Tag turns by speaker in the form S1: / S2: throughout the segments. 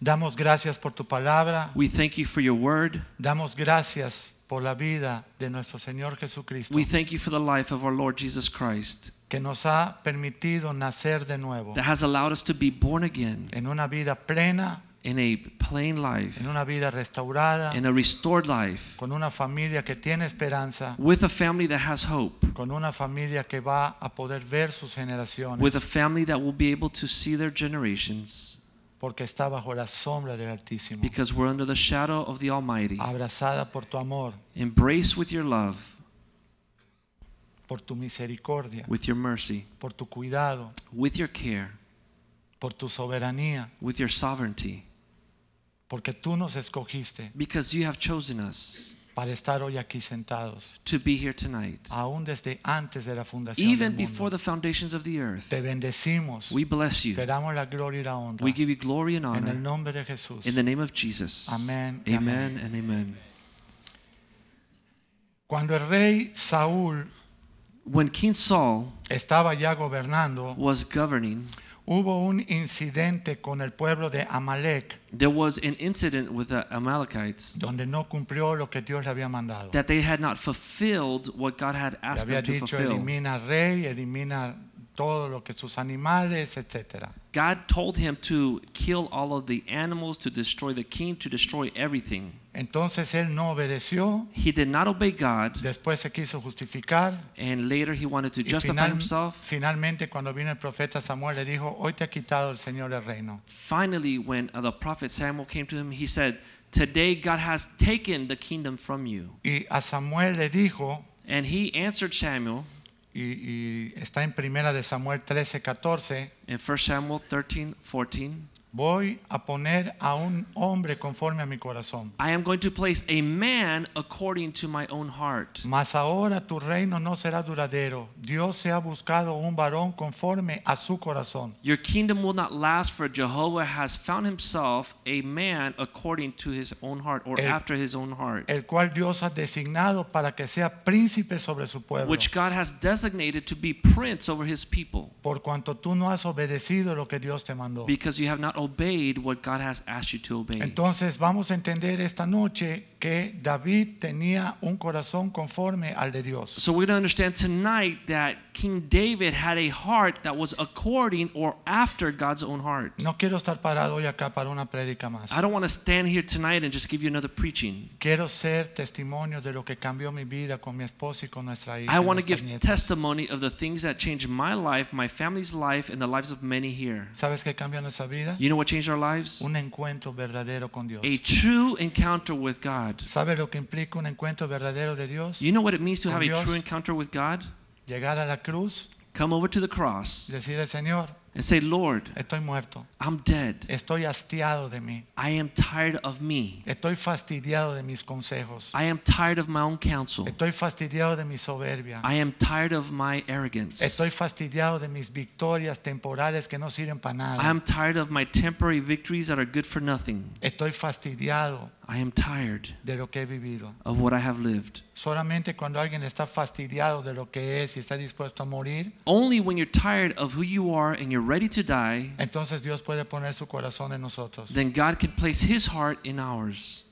S1: Damos gracias por tu palabra.
S2: We thank you for your word.
S1: Damos gracias por la vida de nuestro Señor Jesucristo,
S2: We thank you for the life of our Lord Jesus Christ
S1: que nos ha permitido nacer de nuevo
S2: that has allowed us to be born again
S1: en una vida plena,
S2: in a plain life,
S1: en una vida restaurada,
S2: in a restored life,
S1: con una familia que tiene esperanza,
S2: with a family that has hope,
S1: con una familia que va a poder ver sus
S2: with a
S1: generaciones,
S2: family that will be able to see their generations
S1: porque está bajo la sombra del Altísimo,
S2: because we're under the shadow of the Almighty.
S1: abrazada por tu amor,
S2: Embrace with your love,
S1: por tu misericordia,
S2: with your mercy,
S1: por tu cuidado,
S2: with your care,
S1: por tu soberanía,
S2: with your sovereignty,
S1: porque tú nos escogiste
S2: because you have chosen us
S1: para estar hoy aquí sentados.
S2: to be here tonight,
S1: aún desde antes de la fundación
S2: even
S1: del
S2: before
S1: mundo.
S2: the foundations of the earth.
S1: Te bendecimos,
S2: We bless you.
S1: te damos la gloria y la honra
S2: We give you glory and
S1: en el
S2: honor
S1: nombre de Jesús.
S2: in the name of Jesus.
S1: Amén, amén.
S2: Amen and amen.
S1: Cuando el rey Saúl
S2: When King Saul
S1: estaba ya gobernando,
S2: was governing,
S1: hubo un incidente con el pueblo de Amalek
S2: there was an incident with the Amalekites
S1: donde no cumplió lo que Dios le había mandado.
S2: that they had not fulfilled what God had
S1: Le
S2: asked
S1: había
S2: them to
S1: dicho
S2: fulfill.
S1: elimina al rey, elimina todo lo que sus animales, etcétera.
S2: God told him to kill all of the animals, to destroy the king, to destroy everything.
S1: Entonces él no obedeció,
S2: He did not obey God,
S1: después se quiso justificar
S2: and later he wanted to
S1: Y
S2: justify
S1: final-
S2: himself.
S1: Finalmente, cuando vino el profeta Samuel, le dijo: Hoy te ha quitado el Señor el reino.
S2: Finally, when uh, the prophet Samuel came to him, he said, Today God has taken the kingdom from you.
S1: Y a Samuel le dijo,
S2: And he answered Samuel
S1: y, y está en primera de Samuel 13, 14:
S2: in 1 Samuel 13, 14,
S1: Voy a poner a un hombre conforme a mi corazón.
S2: I am going to place a man according to my own heart.
S1: Mas ahora tu reino no será duradero. Dios se ha buscado un varón conforme a su corazón.
S2: Your kingdom will not last, for Jehovah has found himself a man according to his own heart or
S1: El-
S2: after his own heart,
S1: El cual Dios ha designado para que sea príncipe sobre su pueblo.
S2: which God has designated to be prince over his people,
S1: por cuanto tú no has obedecido lo que Dios te mandó.
S2: because you have not obeyed what God has asked you to obey.
S1: Entonces vamos a entender esta noche que David tenía un corazón conforme al de Dios.
S2: So we're going to understand tonight that King David had a heart that was according or after God's own heart.
S1: No quiero estar parado hoy acá para una prédica más.
S2: I don't want to stand here tonight and just give you another preaching.
S1: Quiero ser testimonio de lo que cambió mi vida con mi esposa y con nuestra hija.
S2: I
S1: y
S2: want to
S1: nuestras
S2: give
S1: nietas.
S2: testimony of the things that changed my life, my family's life, and the lives of many here.
S1: ¿Sabes qué cambia nuestra vida?
S2: You know what changed our lives?
S1: Un encuentro verdadero con Dios.
S2: A true encounter with God.
S1: ¿Sabes lo que implica un encuentro verdadero de Dios?
S2: You know what it means to have a
S1: Con
S2: true
S1: Dios.
S2: encounter with God?
S1: Llegar a la cruz,
S2: Come over to the cross
S1: decirle, Señor,
S2: and say, Lord,
S1: estoy muerto,
S2: I'm dead.
S1: estoy hastiado de mí,
S2: I am tired of me.
S1: estoy fastidiado de mis consejos,
S2: I am tired of my own counsel.
S1: estoy fastidiado de mi soberbia.
S2: I am tired of my arrogance.
S1: Estoy fastidiado de mis victorias temporales que no sirven para nada.
S2: I'm tired of my temporary victories that are good for nothing.
S1: Estoy fastidiado
S2: I am tired
S1: de lo que he vivido.
S2: of what I have lived.
S1: Solamente cuando alguien está fastidiado de lo que es y está dispuesto a morir,
S2: Only when you're tired of who you are and you're ready to die,
S1: entonces Dios puede poner su corazón en nosotros.
S2: then God can place His heart in ours.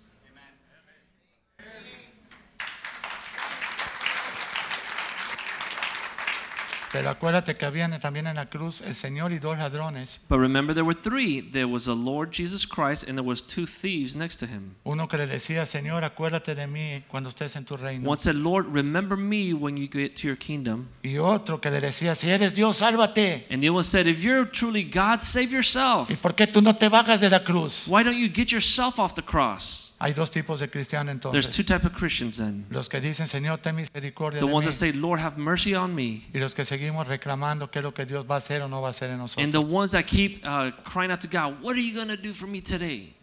S1: Pero acuérdate que habían también en la cruz el Señor y dos ladrones,
S2: But remember, there were three. There was the Lord Jesus Christ, and there was two thieves next to him.
S1: uno que le decía, Señor, acuérdate de mí cuando estés en tu reino.
S2: One said, "Lord, remember me when you get to your kingdom,"
S1: Y otro que le decía, si eres Dios, sálvate.
S2: and the other one said, "If you're truly God, save yourself.
S1: ¿Y por qué tú no te bajas de la cruz?
S2: Why don't you get yourself off the cross?"
S1: Hay dos tipos de cristianos
S2: There's two
S1: entonces.
S2: type of Christians then.
S1: Los que dicen, Señor, ten misericordia
S2: The
S1: de
S2: ones
S1: mí",
S2: that say, Lord, have mercy on me.
S1: Y los que seguimos reclamando qué es lo que Dios va a hacer o no va a hacer en nosotros.
S2: And the ones that keep uh, crying out to God, What are you going to do for me today?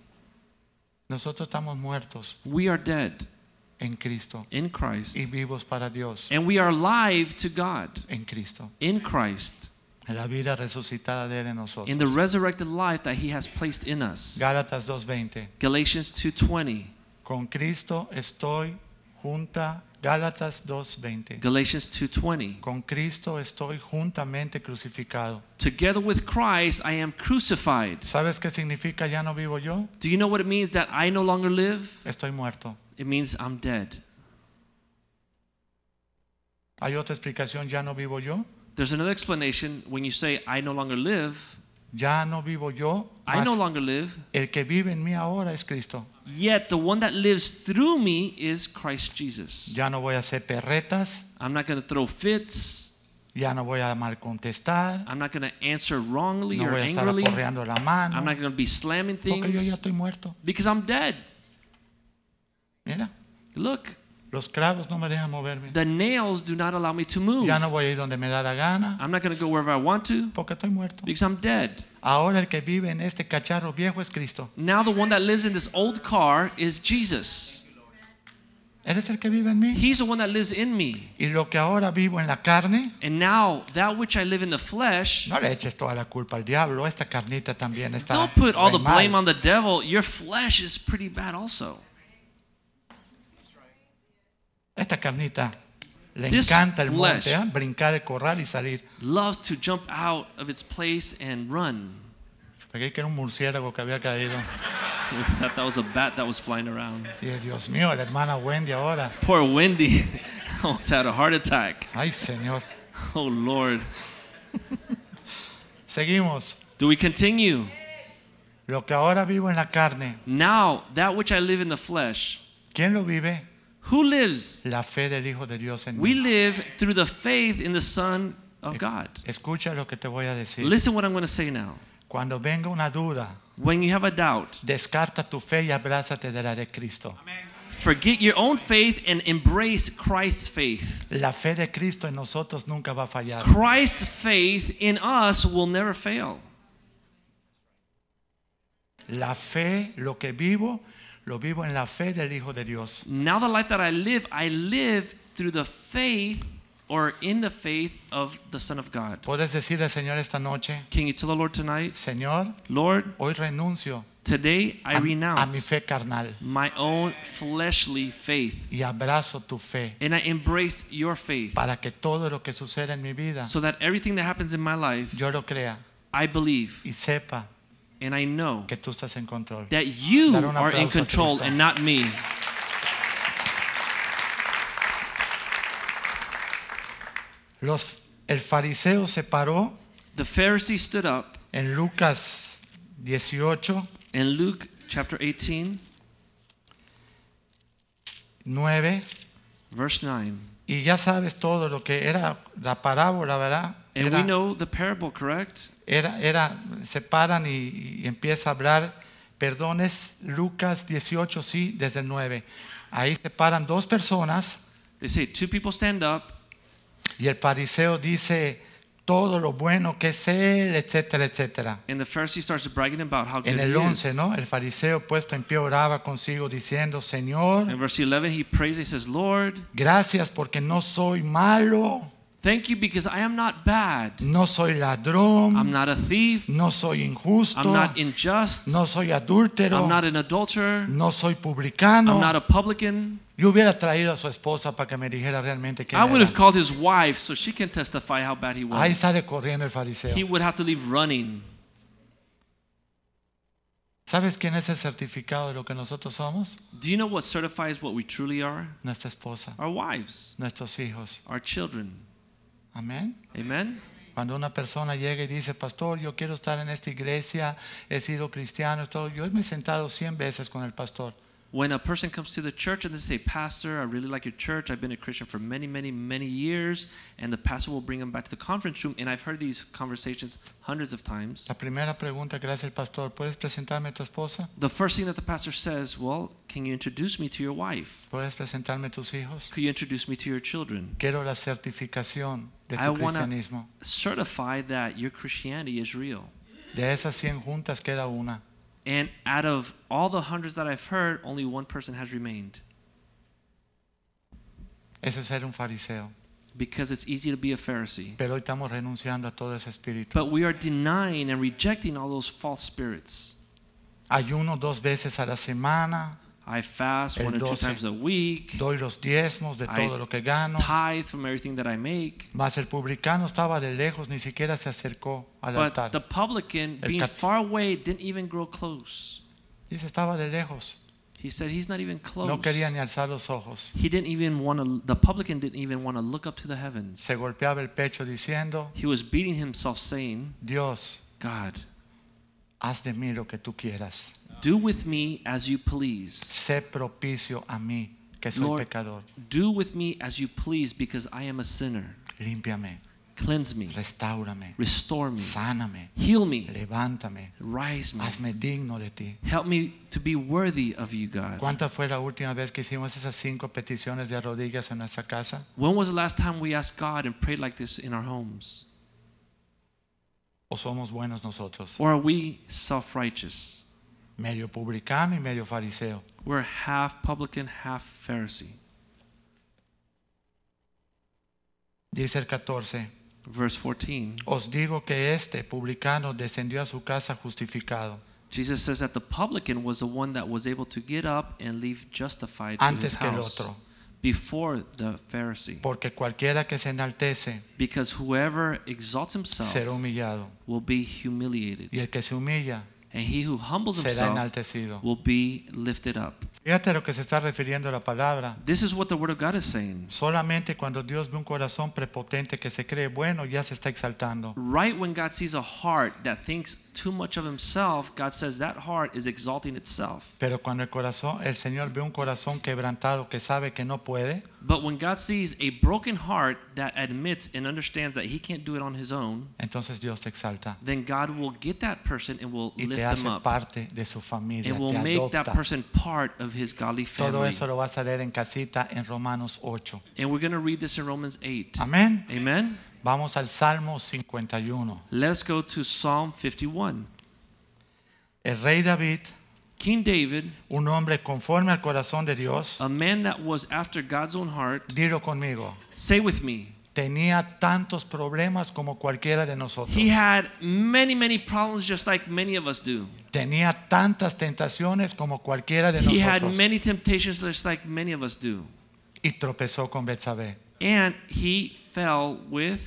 S1: Nosotros estamos muertos
S2: We are dead
S1: en Cristo
S2: in Christ,
S1: y vivos para Dios
S2: and we are alive to God
S1: en Cristo.
S2: in Christ,
S1: En la vida resucitada de Él en
S2: in the
S1: nosotros.
S2: resurrected life that He has placed in us.
S1: Gálatas 2.20.
S2: Galatians 2:20.
S1: Con Cristo estoy junta. Gálatas 2.20.
S2: Galatians 2:20.
S1: Con Cristo estoy juntamente crucificado.
S2: Together with Christ, I am crucified.
S1: ¿Sabes qué significa ya no vivo yo?
S2: Do you know what it means that I no longer live?
S1: Estoy muerto.
S2: It means I'm dead.
S1: Hay otra explicación, ya no vivo yo.
S2: There's another explanation when you say I no longer live.
S1: Ya no vivo yo.
S2: I
S1: mas
S2: no longer live.
S1: el que vive en mí ahora es Cristo.
S2: Yet the one that lives through me is Christ Jesus.
S1: Ya no voy a hacer perretas.
S2: I'm not going to throw fits.
S1: Ya no voy a mal contestar.
S2: I'm not going to answer wrongly
S1: No
S2: or
S1: voy a estar
S2: angrily.
S1: aporreando la
S2: I'm
S1: mano.
S2: not going to be slamming
S1: Porque yo ya
S2: things
S1: estoy muerto.
S2: because I'm dead.
S1: Mira,
S2: Look,
S1: los clavos no me dejan moverme.
S2: the nails do not allow me to move.
S1: Ya no voy a ir donde me da la gana.
S2: I'm not going to go wherever I want to
S1: Porque estoy muerto.
S2: because I'm dead.
S1: Ahora el que vive en este cacharro viejo es Cristo.
S2: Now the one that lives in this old car is Jesus.
S1: Eres el que vive en mí.
S2: He's the one that lives in me.
S1: Y lo que ahora vivo en la carne,
S2: And now that which I live in the flesh,
S1: no le eches toda la culpa al diablo. Esta carnita también está.
S2: don't put
S1: re
S2: all the
S1: mal.
S2: blame on the devil. Your flesh is pretty bad also.
S1: Esta carnita le
S2: This
S1: encanta el monte,
S2: flesh.
S1: ¿ah? brincar el corral y salir.
S2: Loves to jump out of its place and run.
S1: Porque que era un murciélago que había caído.
S2: We thought that was a bat that was flying around.
S1: Y Dios mío, la hermana Wendy ahora.
S2: Poor Wendy almost had a heart attack.
S1: Ay, Señor.
S2: Oh Lord.
S1: Seguimos.
S2: Do we continue?
S1: Lo que ahora vivo en la carne,
S2: Now that which I live in the flesh,
S1: ¿quién lo vive?
S2: who lives?
S1: La fe del Hijo de Dios en
S2: We
S1: mí.
S2: live through the faith in the Son of God.
S1: Escucha lo que te voy a decir.
S2: Listen what I'm going to say now.
S1: Cuando venga una duda,
S2: When you have a doubt,
S1: descarta tu fe y abrázate de la de Cristo.
S2: Forget your own faith and embrace Christ's faith.
S1: La fe de Cristo en nosotros nunca va a fallar.
S2: Christ's faith in us will never fail.
S1: La fe, lo que vivo, lo vivo en la fe del Hijo de Dios.
S2: Now, the life that I live, I live through the faith or in the faith of the Son of God.
S1: Puedes decirle, Señor, esta noche,
S2: Can you tell the Lord tonight,
S1: Señor,
S2: Lord,
S1: hoy renuncio
S2: today I
S1: a, a mi
S2: renounce
S1: fe carnal
S2: my own fleshly faith
S1: y abrazo tu fe
S2: and I embrace your faith
S1: para que todo lo que suceda en mi vida
S2: so that everything that happens in my life,
S1: yo lo crea
S2: I believe
S1: y sepa
S2: and I know
S1: que tú estás en control.
S2: that you
S1: Dar un
S2: are
S1: aplauso
S2: in
S1: a
S2: control
S1: Cristo.
S2: and not me.
S1: Los, el fariseo se paró
S2: The Pharisee stood up.
S1: en Lucas 18,
S2: In Luke chapter 18,
S1: 9,
S2: verse 9.
S1: y ya sabes todo lo que era la parábola, ¿verdad?
S2: And
S1: Era,
S2: we know the parable, correct?
S1: era, era- se paran y, y empieza a hablar. Perdón, es Lucas 18, sí, desde el 9. Ahí se paran dos personas
S2: They say, Two people stand up.
S1: y el fariseo dice todo lo bueno que es él, etcétera, etcétera.
S2: And the Pharisee starts bragging about how good
S1: En
S2: he
S1: el 11,
S2: is.
S1: ¿no? El fariseo puesto en pie oraba consigo diciendo, Señor,
S2: In verse 11, he prays. He says, Lord,
S1: gracias porque no soy malo,
S2: thank you because I am not bad.
S1: no soy ladrón,
S2: I'm not a thief.
S1: no soy
S2: I'm
S1: injusto,
S2: not unjust.
S1: no soy adúltero,
S2: I'm not an adulterer.
S1: no soy
S2: I'm not
S1: publicano.
S2: a publican.
S1: Yo hubiera traído a su esposa para que me dijera realmente quién
S2: I would have
S1: era.
S2: called his wife so she can testify how bad he
S1: Ahí
S2: was.
S1: sale corriendo el
S2: He
S1: fariseo.
S2: would have to leave running.
S1: ¿Sabes quién es el certificado de lo que nosotros somos?
S2: Do you know what certifies what we truly are?
S1: Nuestra esposa,
S2: Our wives,
S1: nuestros hijos.
S2: our children.
S1: Amén.
S2: Amen?
S1: Cuando una persona llega y dice, pastor, yo quiero estar en esta iglesia, he sido cristiano, todo. yo me he sentado 100 veces con el pastor.
S2: when a person comes to the church and they say, Pastor, I really like your church. I've been a Christian for many, many, many years. And the pastor will bring them back to the conference room. And I've heard these conversations hundreds of times.
S1: La primera pregunta que le hace el pastor, ¿puedes presentarme a tu esposa?
S2: The first thing that the pastor says, Well, can you introduce me to your wife?
S1: ¿Puedes presentarme a tus hijos?
S2: Could you introduce me to your children?
S1: Quiero la certificación de
S2: I
S1: tu
S2: wanna-
S1: cristianismo.
S2: Certify that your Christianity is real.
S1: De esas 100 juntas queda una.
S2: And out of all the hundreds that I've heard, only one person has remained.
S1: Eso es ser un fariseo.
S2: Because it's easy to be a Pharisee.
S1: Pero hoy estamos renunciando a todo ese espíritu.
S2: But we are denying and rejecting all those false spirits.
S1: Ayuno dos veces a la semana,
S2: I fast
S1: El
S2: one or two
S1: 12.
S2: times a week.
S1: doy los diezmos de
S2: I
S1: todo lo que gano.
S2: tithe from everything that I make.
S1: Mas el publicano estaba de lejos, ni siquiera se acercó al
S2: But the
S1: altar.
S2: publican,
S1: El
S2: being
S1: cat-
S2: far away, didn't even grow close.
S1: Dice, estaba de lejos.
S2: He said he's not even close.
S1: No quería ni alzar los ojos.
S2: He didn't even want to. The publican didn't even want to look up to the heavens.
S1: Se golpeaba el pecho diciendo,
S2: He was beating himself, saying,
S1: Dios,
S2: "God,
S1: haz de mí lo que tú quieras.
S2: do with me as you please.
S1: Sé propicio a mí, que soy
S2: Lord.
S1: pecador.
S2: Do with me as you please, because I am a sinner.
S1: Límpiame,
S2: Cleanse me,
S1: restáurame,
S2: restore me,
S1: sáname,
S2: heal me,
S1: levántame,
S2: rise me.
S1: hazme digno de ti.
S2: Help me to be worthy of you, God."
S1: ¿Cuánta fue la última vez que hicimos esas cinco peticiones de rodillas en nuestra casa?
S2: When was the last time we asked God and prayed like this in our homes?
S1: ¿O somos buenos nosotros?
S2: Or are we self righteous?
S1: Medio publicano y medio fariseo.
S2: We're half publican, half Pharisee.
S1: Dice el 14,
S2: Verse 14
S1: os digo que este publicano descendió a su casa justificado
S2: Jesus says that the publican was the one that was able to get up and leave justified to his
S1: antes que el
S2: house
S1: otro,
S2: before the Pharisee.
S1: porque cualquiera que se enaltece
S2: Because whoever exalts himself
S1: será humillado
S2: will be humiliated,
S1: y el que se humilla
S2: and he who humbles
S1: será
S2: himself
S1: enaltecido.
S2: will be lifted up.
S1: Fíjate a lo que se está refiriendo la palabra.
S2: This is what the Word of God is saying.
S1: Solamente cuando Dios ve un corazón prepotente que se cree bueno ya se está exaltando.
S2: Right when God sees a heart that thinks too much of himself, God says that heart is exalting itself.
S1: Pero cuando el corazón, el Señor ve un corazón quebrantado que sabe que no puede,
S2: But when God sees a broken heart that admits and understands that he can't do it on his own,
S1: entonces Dios te exalta
S2: then God will get that person and will
S1: y
S2: lift
S1: te hace
S2: them up
S1: parte de su familia,
S2: and will
S1: te
S2: make that
S1: adopta.
S2: person part of his godly
S1: Todo
S2: family.
S1: eso lo vas a leer en casita en Romanos 8.
S2: And we're going to read this in Romans 8.
S1: Amén.
S2: Amen.
S1: Vamos al Salmo 51.
S2: Let's go to Psalm 51.
S1: El rey David,
S2: King David,
S1: un hombre conforme al corazón de Dios,
S2: a man that was after God's own heart,
S1: dilo conmigo,
S2: say with me,
S1: tenía tantos problemas como cualquiera de nosotros.
S2: He had many, many problems just like many of us do.
S1: Tenía tantas tentaciones como cualquiera de
S2: He had
S1: nosotros.
S2: many temptations just like many of us do.
S1: Y tropezó con Betsabé.
S2: And he fell with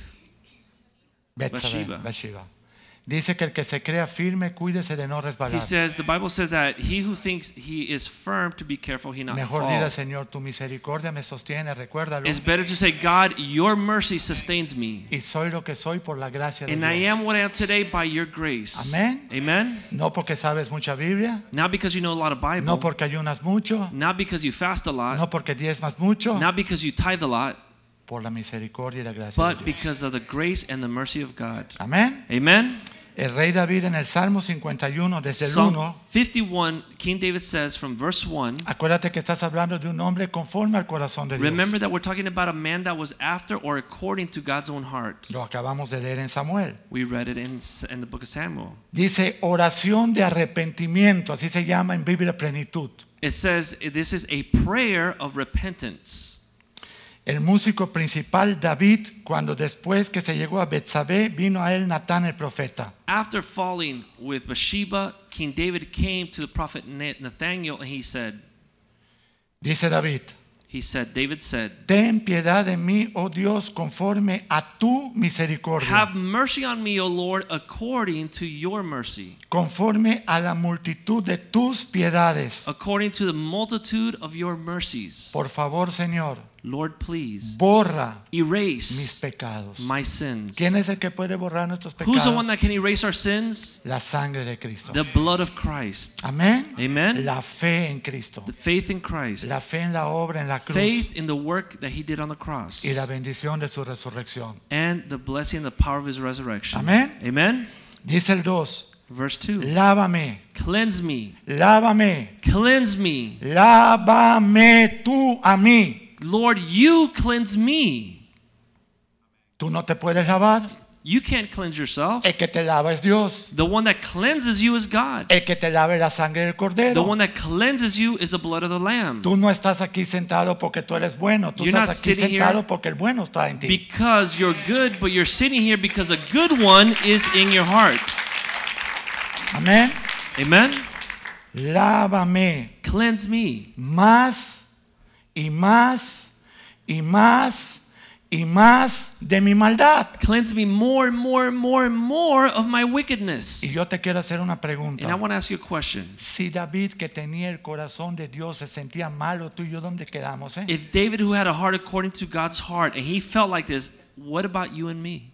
S1: Betsabé,
S2: Bathsheba.
S1: Bathsheba. Dice que el que se crea firme, cuídese de no
S2: he
S1: resbalar.
S2: says the Bible says that he who thinks he is firm to be careful he not
S1: Mejor
S2: fall.
S1: dirá, Señor, tu misericordia me sostiene, recuérdalo.
S2: It's better to say God your mercy sustains me
S1: Y soy lo que soy por la gracia de
S2: and I am
S1: Dios.
S2: what I am today by your grace.
S1: Amén.
S2: Amen.
S1: No porque sabes mucha Biblia,
S2: Not because you know a lot of Bible.
S1: no porque ayunas mucho,
S2: Not because you fast a lot.
S1: no porque diezmas mucho,
S2: Not because you tithe a lot,
S1: por la misericordia y la gracia
S2: but
S1: de Dios.
S2: because of the grace and the mercy of God.
S1: Amén.
S2: Amen.
S1: El rey David en el Salmo 51, desde el
S2: Psalm
S1: 1,
S2: 51, King David says from verse 1,
S1: acuérdate que estás hablando de un hombre conforme al corazón de Dios.
S2: remember that we're talking about a man that was after or according to God's own heart.
S1: Lo acabamos de leer en Samuel.
S2: We read it in, S- in the book of Samuel.
S1: Dice oración de arrepentimiento, así se llama en Biblia plenitud.
S2: It says this is a prayer of repentance.
S1: El músico principal David, cuando después que se llegó a Betsabé, vino a él Natán el profeta.
S2: After falling with Bathsheba, King David came to the prophet Na- Nathaniel and he said,
S1: Dice David,
S2: he said, David said,
S1: ten piedad de mí, oh Dios, conforme a tu misericordia,
S2: Have mercy on me, O Lord, according to your mercy,
S1: conforme a la multitud de tus piedades.
S2: according to the multitude of your mercies.
S1: Por favor, Señor,
S2: Lord, please
S1: borra mis
S2: erase
S1: pecados.
S2: my sins.
S1: ¿Quién es el que puede borrar nuestros
S2: Who's the one
S1: pecados?
S2: that can erase our sins?
S1: La sangre de Cristo.
S2: The blood of Christ.
S1: Amén.
S2: Amen.
S1: La fe en Cristo.
S2: The faith in Christ.
S1: La fe en la obra, en la cruz.
S2: Faith in the work that he did on the cross.
S1: Y la bendición de su resurrección.
S2: And the blessing and the power of his resurrection.
S1: Amén.
S2: Amen.
S1: Dice el 2.
S2: Verse 2.
S1: Lávame,
S2: Cleanse me.
S1: lávame,
S2: Cleanse me.
S1: lávame tú a mí.
S2: Lord, you cleanse me.
S1: Tú no te puedes lavar.
S2: You can't cleanse yourself.
S1: El que te lava es Dios.
S2: The one that cleanses you is God.
S1: El que te lave la sangre del
S2: The
S1: cordero.
S2: one that cleanses you is the blood of the Lamb.
S1: Tú no estás aquí sentado porque tú eres bueno. Tú
S2: You're
S1: estás
S2: not
S1: aquí
S2: sitting here
S1: sentado porque el bueno está en ti.
S2: Because you're good, but you're sitting here because a good one is in your heart.
S1: Amén.
S2: Amen?
S1: Lávame
S2: Cleanse me.
S1: más y más y más y más de mi maldad.
S2: Cleanse me more and more and more and more of my
S1: Y
S2: wickedness.
S1: yo te quiero hacer una
S2: And I
S1: pregunta.
S2: want to ask you a question.
S1: Si David, que tenía el corazón de Dios, se sentía malo, tú y yo, ¿dónde quedamos? eh?
S2: If David, who had a heart according to God's heart, and he felt like this, what about you and me?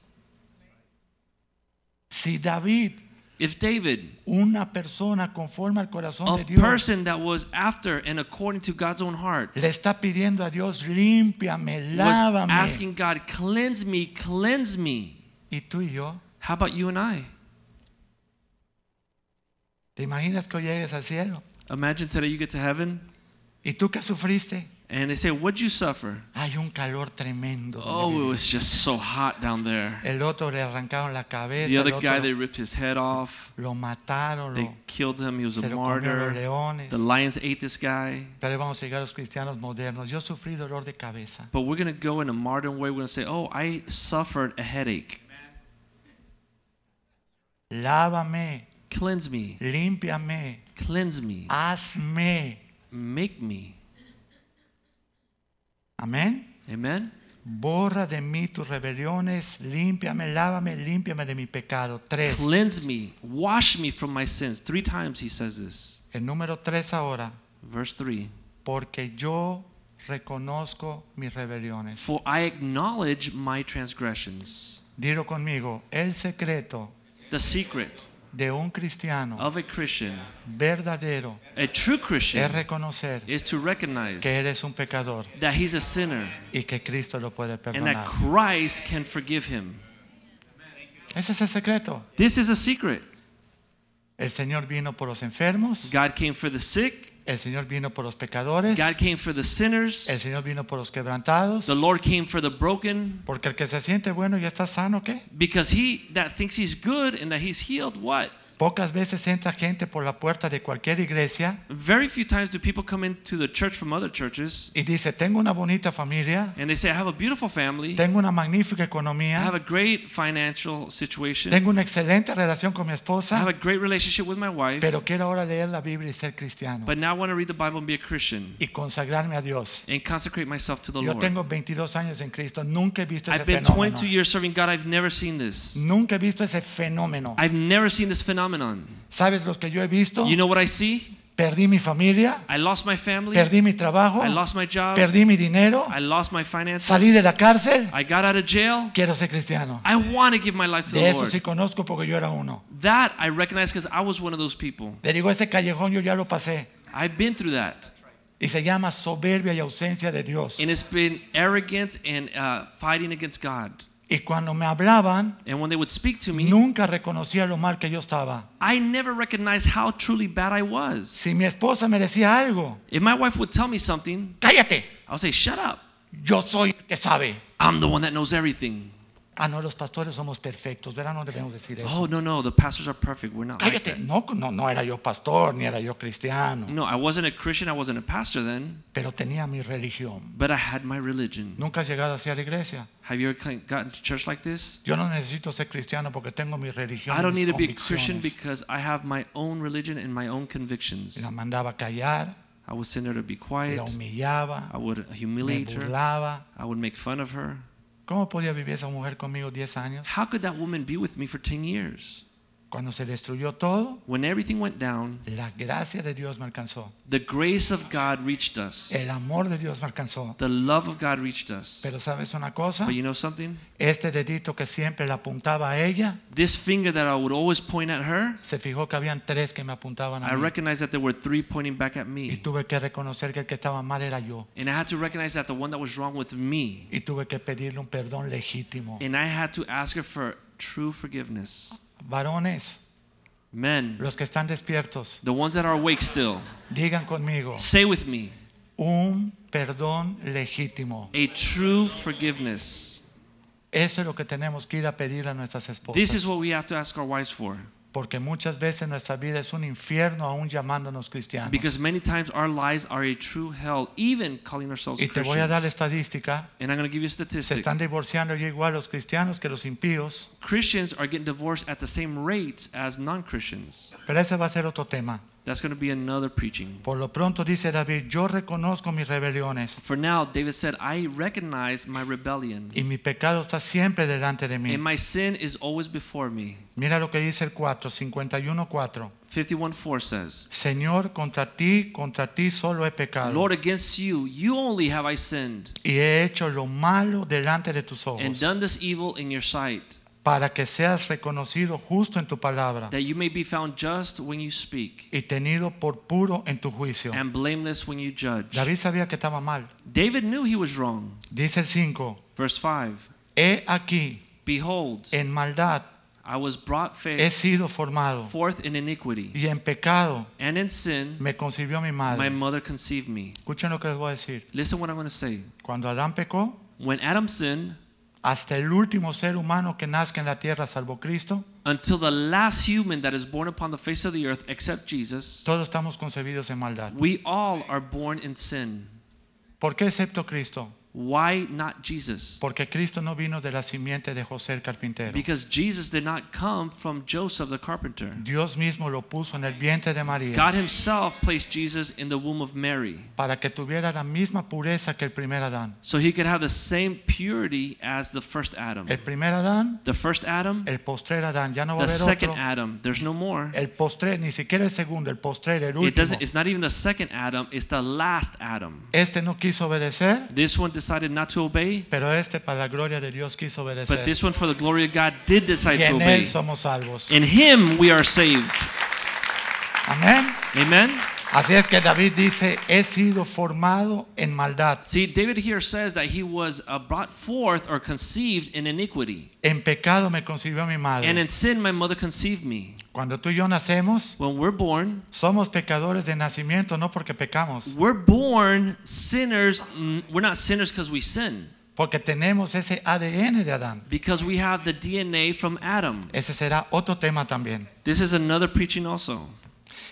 S1: Si David,
S2: If David,
S1: una persona conforme al corazón
S2: a
S1: de Dios,
S2: person that was after and according to God's own heart,
S1: le está pidiendo a Dios, límpiame,
S2: was
S1: lávame.
S2: asking God, cleanse me, cleanse me.
S1: Y tú y yo,
S2: How about you and I?
S1: ¿te imaginas que hoy llegues al cielo?
S2: Imagine today you get to heaven
S1: ¿Y tú que sufriste?
S2: and they say, What'd you suffer?
S1: Hay un calor tremendo. donde
S2: Oh, it
S1: vives.
S2: was just so hot down there.
S1: El otro le arrancaron la cabeza,
S2: The
S1: el
S2: other
S1: otro
S2: guy,
S1: lo-
S2: they ripped his head off.
S1: lo mataron,
S2: They
S1: lo-
S2: killed him. He was
S1: se
S2: a
S1: lo comieron los
S2: martyr.
S1: leones.
S2: The lions ate this guy.
S1: Pero ahí vamos a llegar a los cristianos modernos. Yo sufrí dolor de cabeza.
S2: But we're going to go in a modern way. We're going to say, Oh, I suffered a headache.
S1: Lávame,
S2: Cleanse me.
S1: límpiame,
S2: Cleanse me.
S1: hazme.
S2: Make me.
S1: Amén.
S2: Amen?
S1: Borra de mí tus rebeliones, límpiame, lávame, límpiame de mi pecado. Tres.
S2: Cleanse me. Wash me from my sins. Three times he says this.
S1: El número tres ahora.
S2: Verse 3.
S1: Porque yo reconozco mis rebeliones.
S2: For I acknowledge my transgressions.
S1: Dilo conmigo. El secreto
S2: The secret
S1: de un cristiano
S2: of a Christian,
S1: verdadero
S2: a true
S1: es
S2: Christian,
S1: reconocer
S2: is to recognize
S1: que eres un pecador
S2: that he's a sinner
S1: y que Cristo lo puede
S2: and
S1: perdonar.
S2: that Christ can forgive him.
S1: Ese es el secreto.
S2: This is a secret.
S1: El Señor vino por los enfermos,
S2: God came for the sick,
S1: el Señor vino por los pecadores,
S2: God came for the sinners,
S1: el Señor vino por los quebrantados.
S2: the Lord came for the broken.
S1: Porque el que se siente bueno y está sano, ¿qué?
S2: Because he that thinks he's good and that he's healed, what?
S1: Pocas veces entra gente por la puerta de cualquier iglesia
S2: Very few times do people come into the church from other churches
S1: y dice, tengo una bonita familia,
S2: and they say, I have a beautiful family,
S1: tengo una magnífica
S2: I have
S1: economía,
S2: a great financial situation,
S1: tengo una excelente relación con mi
S2: I have
S1: esposa,
S2: a great relationship with my wife,
S1: pero quiero ahora leer la Biblia y ser cristiano
S2: but now I want to read the Bible and be a Christian
S1: y consagrarme a Dios.
S2: and consecrate myself to the
S1: Yo
S2: Lord.
S1: tengo 22 años en Cristo, nunca he visto ese
S2: I've been 22
S1: fenómeno.
S2: years serving God. I've never seen this.
S1: Nunca he visto ese fenómeno.
S2: I've never seen this phenomenon.
S1: ¿Sabes los que yo he visto?
S2: You know what I see?
S1: Perdí mi familia,
S2: I lost my family.
S1: perdí mi trabajo,
S2: I lost my job.
S1: perdí mi dinero,
S2: I lost my finances.
S1: salí de la cárcel,
S2: I got out of jail.
S1: quiero ser cristiano.
S2: I want to give my life to
S1: De
S2: the
S1: eso
S2: Lord.
S1: sí conozco porque yo era uno.
S2: That I recognize because I was one of those people.
S1: Le digo, ese callejón yo ya lo pasé.
S2: I've been through that.
S1: Y se llama soberbia y ausencia de Dios.
S2: And it's been arrogance and uh, fighting against God.
S1: Y cuando me hablaban,
S2: And when they would speak to me,
S1: nunca reconocía lo mal que yo estaba.
S2: I never recognized how truly bad I was.
S1: Si mi esposa me decía algo,
S2: If my wife would tell me something,
S1: cállate,
S2: I would say, shut up.
S1: yo soy el que sabe.
S2: I'm the one that knows everything.
S1: Ah, no, los pastores somos perfectos, ¿verdad? No debemos decir eso.
S2: Oh, no, no, the pastors are perfect. We're not like
S1: cállate.
S2: that.
S1: No, no, no era yo pastor, ni era yo cristiano,
S2: No, I wasn't a Christian. I wasn't a pastor then,
S1: pero tenía mi religión.
S2: but I had my religion.
S1: Nunca has llegado así a la iglesia.
S2: Have you ever gotten to church like this?
S1: Yo no necesito ser cristiano porque tengo mi religión.
S2: I don't
S1: mis
S2: need to be a Christian
S1: convicciones.
S2: because I have my own religion and my own convictions.
S1: La mandaba a callar,
S2: I would send her to be
S1: la
S2: quiet.
S1: humillaba,
S2: I would
S1: me
S2: humiliate her.
S1: burlaba.
S2: I would make fun of her.
S1: ¿Cómo podía vivir esa mujer conmigo 10 años?
S2: How could that woman be with me for 10 years?
S1: Cuando se destruyó todo,
S2: When everything went down,
S1: la gracia de Dios me alcanzó.
S2: the grace of God reached us.
S1: El amor de Dios me alcanzó.
S2: The love of God reached us.
S1: Pero sabes una cosa,
S2: But you know something?
S1: este dedito que siempre le apuntaba a ella,
S2: This finger that I would always point at her,
S1: se fijó que habían tres que me apuntaban
S2: I
S1: a mí.
S2: recognized that there were three pointing back at
S1: Y
S2: me.
S1: tuve que reconocer que el que estaba mal era yo.
S2: And I had to recognize that the one that was wrong with me.
S1: Y tuve que pedirle un perdón legítimo.
S2: And I had to ask her for true forgiveness.
S1: Varones,
S2: Men,
S1: los que están despiertos,
S2: the ones that are awake still,
S1: digan conmigo,
S2: say with me
S1: un perdón legítimo.
S2: a true forgiveness.
S1: Eso es lo que tenemos que ir a pedir a nuestras
S2: This
S1: esposas.
S2: is what we have to ask our wives for.
S1: Porque muchas veces nuestra vida es un infierno aún llamándonos cristianos.
S2: Because many times our lives are a true hell, even calling ourselves
S1: Y te voy a dar
S2: Christians.
S1: estadística.
S2: And I'm going to give you
S1: Se
S2: statistics.
S1: están divorciando ya igual los cristianos que los impíos.
S2: Christians are getting divorced at the same rates as non Christians.
S1: Pero ese va a ser otro tema.
S2: That's going to be another preaching.
S1: Por lo pronto dice David, yo reconozco mis rebeliones
S2: For now, David said, I recognize my rebellion,
S1: y mi pecado está siempre delante de
S2: and
S1: mí.
S2: my sin is always before me.
S1: Mira lo que dice el 4, 51, 4.
S2: 51 4 says,
S1: Señor, contra ti, contra ti solo he pecado
S2: Lord, against you, you only have I sinned,
S1: y he hecho lo malo delante de tus
S2: and
S1: ojos
S2: done this evil in your sight,
S1: para que seas reconocido justo en tu palabra
S2: that you may be found just when you speak,
S1: y tenido por puro en tu juicio.
S2: and blameless when you judge.
S1: David sabía que estaba mal.
S2: David knew he was wrong.
S1: Dice el 5,
S2: Verse 5
S1: he aquí,
S2: Behold,
S1: en maldad
S2: I was brought
S1: he
S2: faith
S1: sido formado
S2: forth in iniquity,
S1: y en pecado
S2: and in sin
S1: me concibió mi
S2: my
S1: madre.
S2: mother conceived me.
S1: Escuchen lo que les voy a decir.
S2: Listen what I'm going to say.
S1: Cuando Adán pecó,
S2: When Adam sinned,
S1: hasta el último ser humano que nazca en la tierra salvo Cristo,
S2: until the last human that is born upon the face of the earth except Jesus,
S1: todos estamos concebidos en maldad.
S2: we all are born in sin.
S1: ¿Por qué excepto Cristo?
S2: Why not Jesus?
S1: Porque Cristo no vino de la simiente de José el carpintero.
S2: Because Jesus did not come from Joseph the carpenter.
S1: Dios mismo lo puso en el vientre de María
S2: God himself placed Jesus in the womb of Mary
S1: para que tuviera la misma pureza que el primer Adán.
S2: so he could have the same purity as the first Adam.
S1: El primer Adán,
S2: The first Adam,
S1: el postrer Adán, ya no va a
S2: the
S1: haber
S2: second
S1: otro.
S2: Adam, there's no more.
S1: El postrer, ni siquiera el segundo, el postrer, el
S2: It
S1: último.
S2: doesn't it's not even the second Adam, it's the last Adam.
S1: Este no quiso obedecer,
S2: This one decided not to obey,
S1: pero este para la gloria de Dios quiso
S2: but
S1: obedecer.
S2: this one for the glory of God did decide
S1: Y
S2: to
S1: en
S2: obey.
S1: él somos salvos.
S2: In him we are saved.
S1: Amén.
S2: Amen.
S1: Así es que David dice, he sido formado en maldad,
S2: See, David here says that he was uh, brought forth or conceived in iniquity.
S1: en pecado me concibió mi
S2: And
S1: madre.
S2: in sin my mother conceived me.
S1: Cuando tú y yo nacemos,
S2: When we're born,
S1: somos pecadores de nacimiento, no porque pecamos,
S2: we're born sinners. Mm, We're not sinners because we sin,
S1: porque tenemos ese ADN de Adán.
S2: because we have the DNA from Adam.
S1: Ese será otro tema también.
S2: This is another preaching also,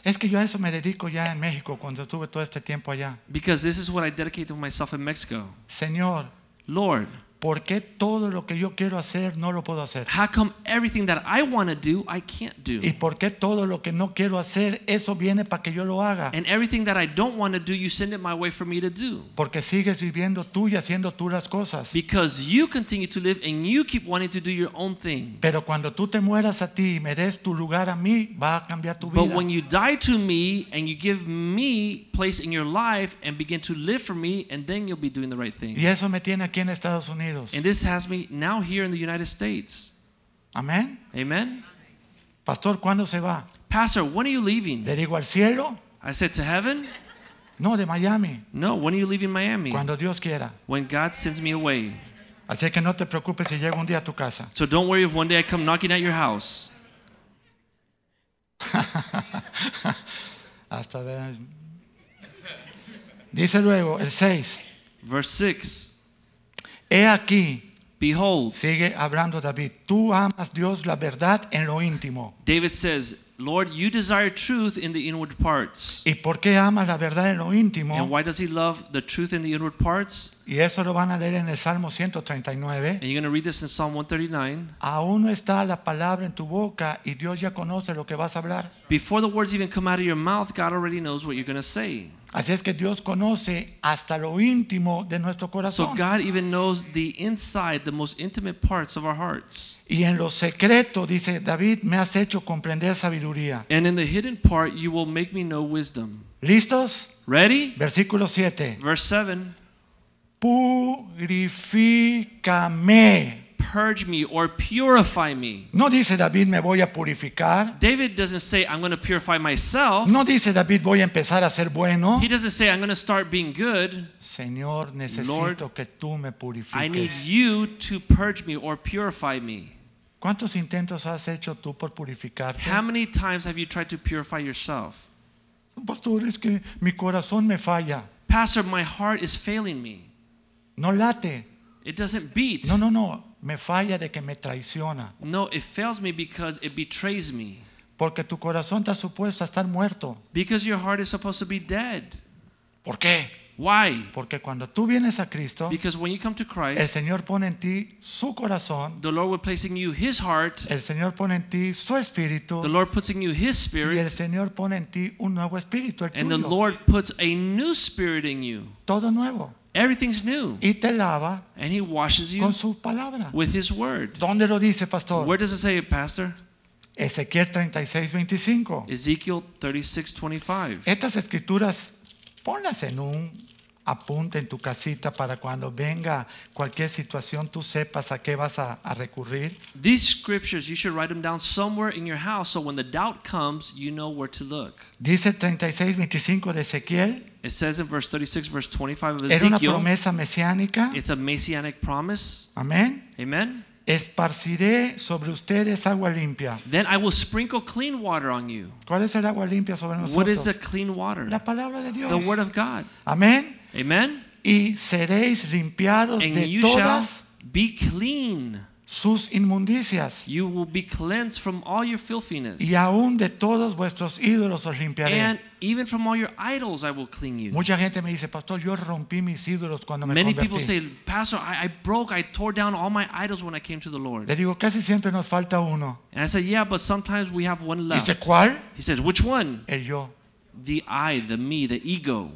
S1: Es que yo a eso me dedico ya en México cuando estuve todo este tiempo allá.
S2: because this is what I dedicate to myself in Mexico.
S1: Señor,
S2: Lord,
S1: ¿por qué todo lo que yo quiero hacer no lo puedo hacer?
S2: how come everything that I want to do, I can't
S1: ¿Y
S2: do?
S1: por qué todo lo que no quiero hacer, eso viene para que yo lo haga?
S2: And everything that I don't want to do, you send it my way for me to do.
S1: Porque sigues viviendo tú y haciendo tú las cosas.
S2: Because you continue to live and you keep wanting to do your own thing.
S1: Pero cuando tú te mueras a ti y me des tu lugar a mí, va a cambiar tu
S2: But when
S1: vida.
S2: you die to me and you give me place in your life and begin to live for me, and then you'll be doing the right
S1: Y
S2: thing.
S1: eso me tiene aquí en Estados Unidos.
S2: And this has me now here in the United States.
S1: Amén.
S2: Amen.
S1: Pastor, ¿cuándo se va?
S2: Pastor, when are you leaving?
S1: Le digo al cielo.
S2: I said to heaven.
S1: No, de Miami.
S2: No, when are you leaving Miami?
S1: Cuando Dios quiera.
S2: When God sends me away.
S1: Así que no te preocupes si llego un día a tu casa.
S2: So don't worry if one day I come knocking at your house.
S1: Hasta ver. Dice luego el 6.
S2: Verse 6
S1: He aquí,
S2: Behold,
S1: sigue hablando David, tú amas Dios la verdad en lo íntimo.
S2: David says, Lord, you desire truth in the inward parts.
S1: ¿Y por qué amas la verdad en lo
S2: And
S1: íntimo?
S2: why does he love the truth in the inward parts?
S1: Y eso lo van a leer en el Salmo 139.
S2: And you're going to read this in Psalm 139.
S1: Aún no está la palabra en tu boca y Dios ya conoce lo que vas a hablar.
S2: Before the words even come out of your mouth, God already knows what you're going to say.
S1: Así es que Dios conoce hasta lo íntimo de nuestro
S2: So
S1: corazón.
S2: God even knows the inside, the most intimate parts of our hearts.
S1: y en lo secreto, dice David, me has hecho comprender sabiduría.
S2: And in the hidden part, you will make me know wisdom.
S1: ¿Listos?
S2: Ready?
S1: Versículo 7.
S2: Verse 7
S1: Purifícame.
S2: Purge me or purify me.
S1: No dice David, me voy a purificar.
S2: David doesn't say, I'm going to purify myself.
S1: No dice David, voy a empezar a ser bueno.
S2: He doesn't say, I'm going to start being good.
S1: Señor, necesito
S2: Lord,
S1: que tú me
S2: I need
S1: purifiques.
S2: you to purge me or purify me.
S1: ¿Cuántos intentos has hecho tú por purificarte?
S2: How many times have you tried to purify yourself?
S1: Pastor, es que mi corazón me falla.
S2: Pastor, my heart is failing me.
S1: No late.
S2: It doesn't beat.
S1: No, no, no. Me falla de que me traiciona.
S2: No, it fails me because it betrays me.
S1: Porque tu corazón está supuesto a estar muerto.
S2: Because your heart is supposed to be dead.
S1: ¿Por qué?
S2: Why?
S1: Porque cuando tú vienes a Cristo,
S2: Because when you come to
S1: el
S2: Christ,
S1: Señor pone en ti su corazón,
S2: the Lord will place in you His heart,
S1: el Señor pone en ti su
S2: the
S1: espíritu
S2: Lord puts in you His
S1: y
S2: spirit,
S1: el Señor pone en ti un nuevo espíritu, el
S2: and the
S1: tuyo,
S2: Lord puts a new spirit in you.
S1: todo nuevo.
S2: Everything's new.
S1: Y te lava
S2: And He washes you
S1: con su palabra.
S2: with His word.
S1: ¿Dónde lo dice, pastor?
S2: Where does it say it, Pastor?
S1: Ezequiel 36, 25.
S2: Ezekiel 36 25.
S1: Estas escrituras, ponlas en un apunte en tu casita para cuando venga cualquier situación, tú sepas a qué vas a, a recurrir.
S2: These scriptures, you should write them down somewhere in your house so when the doubt comes, you know where to look.
S1: Dice el 36, 25 de Ezequiel,
S2: It says in verse 36, verse 25 of
S1: era una
S2: Ezekiel,
S1: promesa mesiánica.
S2: it's a messianic promise.
S1: Amén.
S2: Amen.
S1: Esparciré sobre ustedes agua limpia.
S2: Then I will sprinkle clean water on you.
S1: ¿Cuál es el agua limpia sobre
S2: What is the
S1: nosotros?
S2: clean water?
S1: La palabra de
S2: The
S1: Dios.
S2: word of God.
S1: Amén.
S2: Amen.
S1: Y seréis limpiados
S2: And
S1: de
S2: you shall
S1: todas
S2: be clean.
S1: sus inmundicias.
S2: You will be cleansed from all your filthiness.
S1: Y aún de todos vuestros ídolos os limpiaré.
S2: And even from all your idols, I will clean you.
S1: Mucha gente me dice, pastor, yo rompí mis ídolos cuando me
S2: Many people
S1: convertí.
S2: say, Pastor, I, I broke, I tore down all my idols when I came to the Lord.
S1: Le digo, casi siempre nos falta uno.
S2: And I said, Yeah, but sometimes we have one
S1: ¿Dice
S2: left.
S1: cuál?
S2: He says, Which one?
S1: El yo.
S2: The I, the me, the ego.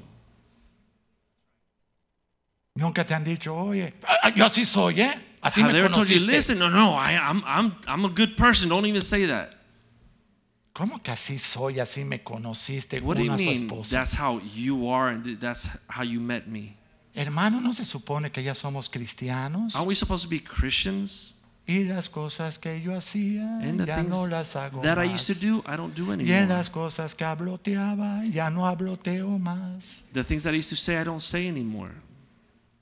S1: Nunca te han dicho, oye, ah, ah, yo así soy, ¿eh? Así
S2: Have
S1: me
S2: they ever told you,
S1: conociste.
S2: listen, no, no, I, I'm, I'm, I'm a good person. Don't even say that.
S1: ¿Cómo que así soy, así me conociste?
S2: What do you
S1: una su
S2: mean?
S1: esposa.
S2: That's how you are, and th- that's how you met me.
S1: Hermano, ¿no se supone que ya somos cristianos?
S2: Aren't we supposed to be Christians?
S1: Y las cosas que yo hacía,
S2: And the
S1: ya no
S2: things
S1: las hago
S2: that I used
S1: más.
S2: to do, I don't do
S1: Y en
S2: anymore.
S1: las cosas que habloteaba, ya no habloteo más.
S2: The things that I used to say, I don't say anymore.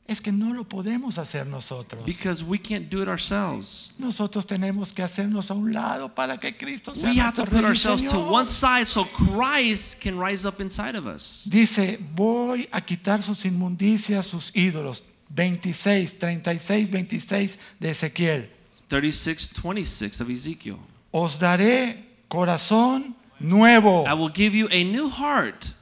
S1: Es que no lo podemos hacer nosotros.
S2: Because we can't do it ourselves.
S1: Nosotros tenemos que hacernos a un lado para que Cristo sea
S2: We have
S1: nuestro
S2: to
S1: Rey
S2: put
S1: y
S2: ourselves to
S1: Señor.
S2: one side so Christ can rise up inside of us.
S1: Dice, voy a quitar sus inmundicias, sus ídolos. 26, 36, 26 de Ezequiel.
S2: 36 26 of Ezekiel.
S1: Os daré corazón nuevo.
S2: I will give you a new heart.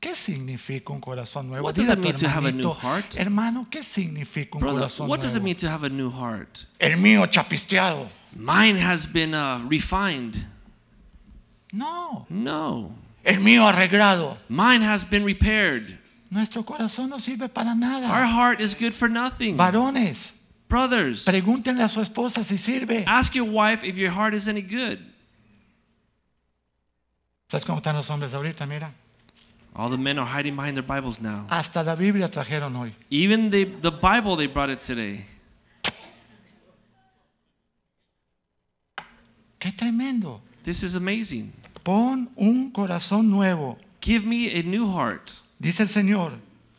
S1: ¿Qué significa un corazón nuevo?
S2: What
S1: Dile
S2: does
S1: a
S2: it
S1: tu
S2: mean to have a
S1: hermanito,
S2: new heart?
S1: Hermano, ¿qué significa un
S2: Brother,
S1: corazón
S2: what does it
S1: nuevo?
S2: mean to have a new heart?
S1: El mío chapisteado.
S2: Mine has been uh, refined.
S1: No,
S2: No.
S1: el mío arreglado.
S2: Mine has been repaired.
S1: Nuestro corazón no sirve para
S2: Our
S1: nada.
S2: heart is good for nothing.
S1: Varones,
S2: Brothers,
S1: pregúntenle a su esposa si sirve.
S2: ask your wife if your heart is any good.
S1: ¿Sabes cómo están los hombres ahorita? Mira.
S2: All the men are hiding behind their Bibles now.
S1: Hasta la Biblia trajeron hoy.
S2: Even the, the Bible, they brought it today.
S1: Qué tremendo.
S2: This is amazing.
S1: Pon un corazón nuevo.
S2: Give me a new heart.
S1: Dice el Señor,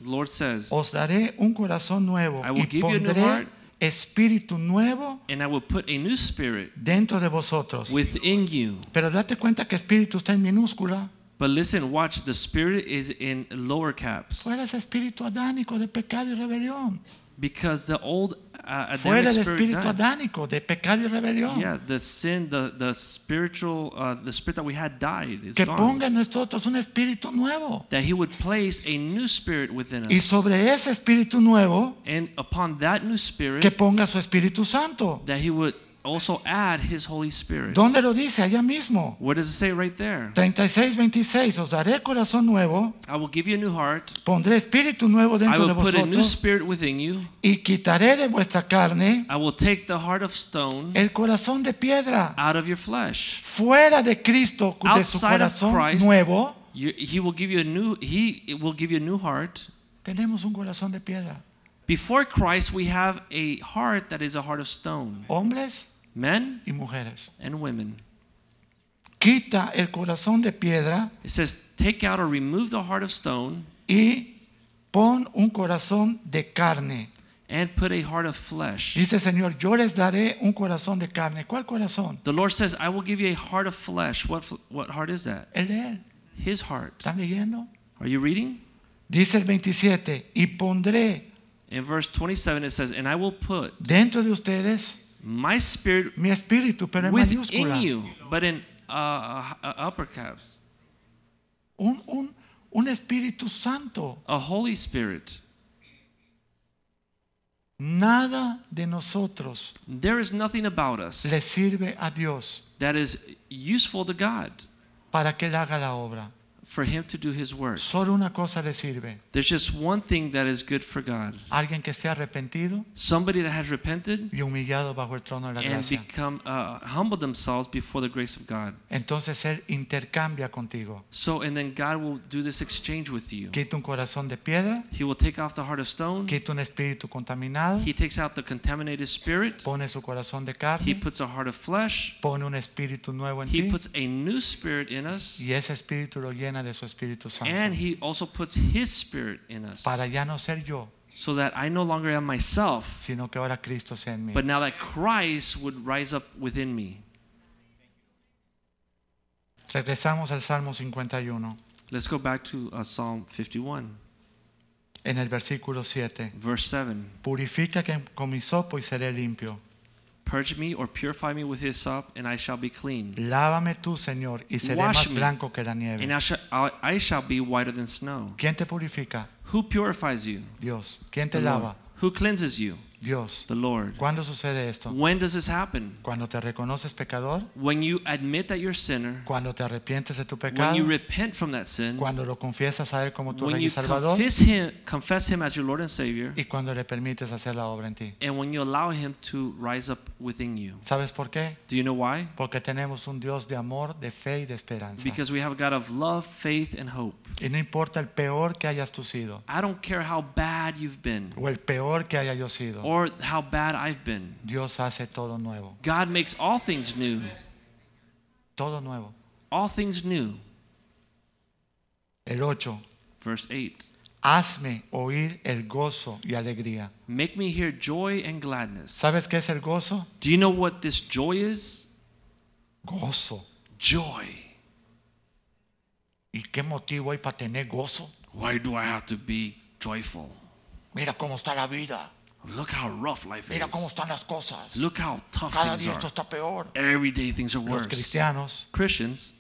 S2: The Lord says,
S1: os daré un corazón nuevo
S2: I will
S1: y
S2: give you a new
S1: pondré
S2: heart.
S1: espíritu nuevo
S2: and I will put a new spirit
S1: dentro de vosotros.
S2: within you.
S1: Pero date cuenta que espíritu está en minúscula.
S2: But listen, watch, the spirit is in lower caps.
S1: Fuera ese espíritu adánico de pecado y rebelión.
S2: Because the old uh,
S1: Fuera el
S2: Adamic spirit
S1: espíritu
S2: died.
S1: adánico de pecado y rebelión.
S2: Yeah, the sin, the, the spiritual, uh, the spirit that we had died is
S1: que
S2: gone.
S1: ponga en nosotros un espíritu nuevo.
S2: That he would place a new spirit within
S1: Y
S2: us.
S1: sobre ese espíritu nuevo,
S2: And upon that new
S1: que
S2: spirit,
S1: ponga su Espíritu Santo.
S2: that he would also add His Holy Spirit.
S1: ¿Dónde lo dice? Allá mismo.
S2: What does it say right there?
S1: 36, 26. Os daré corazón nuevo,
S2: I will give you a new heart.
S1: pondré espíritu nuevo
S2: I
S1: dentro de
S2: will put a new
S1: vosotros
S2: spirit within you.
S1: y quitaré de vuestra carne
S2: I will take the heart of stone
S1: el corazón de piedra.
S2: out of your flesh.
S1: Fuera de Cristo, de su
S2: Outside of
S1: corazón
S2: Christ.
S1: nuevo,
S2: You, he will give you a new. He will give you a new heart.
S1: tenemos un corazón de piedra.
S2: Before Christ, we have a heart that is a heart of stone.
S1: Hombres
S2: Men
S1: y mujeres.
S2: and women.
S1: Quita el corazón de piedra
S2: It says, take out or remove the heart of stone
S1: y pon un corazón de carne.
S2: and put a heart of flesh.
S1: Dice el Señor, yo les daré un corazón de carne. ¿Cuál corazón?
S2: The Lord says, I will give you a heart of flesh. What, fl- what heart is that?
S1: El de Él.
S2: His heart.
S1: ¿Están leyendo?
S2: Are you reading?
S1: Dice el 27, y pondré
S2: In verse 27, it says, And I will put
S1: dentro de ustedes
S2: my spirit
S1: mi espíritu, pero en mayúscula.
S2: within you, but in uh, uh, uh, upper caps,
S1: Un, un, un espíritu santo.
S2: a Holy Spirit.
S1: Nada de nosotros
S2: There is nothing about
S1: le
S2: us
S1: sirve a Dios
S2: that is useful to God
S1: para que Él haga la obra.
S2: for Him to do His work.
S1: Solo una cosa le sirve.
S2: There's just one thing that is good for God
S1: Alguien que esté arrepentido
S2: somebody that has repented
S1: y humillado bajo el trono de la
S2: and
S1: gracia.
S2: become uh, humble themselves before the grace of God.
S1: Entonces Él intercambia contigo.
S2: So, and then God will do this exchange with you.
S1: Quita un corazón de piedra,
S2: He will take off the heart of stone.
S1: quita un espíritu contaminado,
S2: He takes out the contaminated spirit.
S1: pone su corazón de
S2: He
S1: carne,
S2: puts a heart of flesh.
S1: pone un espíritu nuevo en
S2: He
S1: ti
S2: puts a new spirit in us.
S1: y ese espíritu lo llena de su Espíritu
S2: And
S1: Santo.
S2: he also puts his spirit in us
S1: Para ya no ser yo,
S2: so that I no longer am myself,
S1: sino que ahora Cristo sea en mí.
S2: but now that Christ would rise up within me.
S1: Regresamos al Salmo 51,
S2: Let's go back to uh, Psalm 51,
S1: en el versículo 7.
S2: verse 7.
S1: Purifica que con mi sopo y seré limpio.
S2: Purge me or purify me with hyssop, and I shall be clean.
S1: Lávame tú, Señor, y seré
S2: Wash
S1: más
S2: me.
S1: blanco que la
S2: And
S1: nieve.
S2: I shall, I I shall be whiter than snow.
S1: ¿Quién te purifica?
S2: Who purifies you?
S1: Dios. ¿Quién te
S2: The Lord.
S1: lava?
S2: Who cleanses you?
S1: Dios.
S2: The Lord.
S1: ¿Cuándo sucede esto?
S2: When does this happen?
S1: Cuando te reconoces pecador,
S2: When you admit that you're a sinner,
S1: cuando te arrepientes de tu
S2: when
S1: pecado,
S2: you repent from that sin,
S1: cuando lo confiesas a Él como tu
S2: when
S1: Rey
S2: you
S1: y Salvador
S2: confess him, confess him as your Lord and Savior,
S1: y cuando le permites hacer la obra en ti.
S2: and when you allow him to rise up within you.
S1: ¿Sabes por qué?
S2: Do you know why?
S1: Porque tenemos un Dios de amor, de fe y de esperanza.
S2: Because we have a God of love, faith, and hope.
S1: Y no importa el peor que hayas tú sido,
S2: I don't care how bad you've been
S1: o el peor que haya yo sido,
S2: or how bad I've been.
S1: Dios hace todo nuevo,
S2: God makes all things new.
S1: todo nuevo.
S2: All things new.
S1: El 8,
S2: Verse 8.
S1: hazme oír el gozo y alegría.
S2: Make me hear joy and gladness.
S1: ¿Sabes qué es el gozo?
S2: Do you know what this joy is?
S1: Gozo.
S2: Joy.
S1: ¿Y qué motivo hay para tener gozo?
S2: Why do I have to be joyful?
S1: Mira cómo está la vida,
S2: Look how rough life
S1: mira cómo
S2: is.
S1: están las cosas.
S2: Look how tough
S1: Cada
S2: things
S1: día esto
S2: are.
S1: está peor.
S2: Every day things are
S1: Los
S2: worse.
S1: cristianos,
S2: Christians,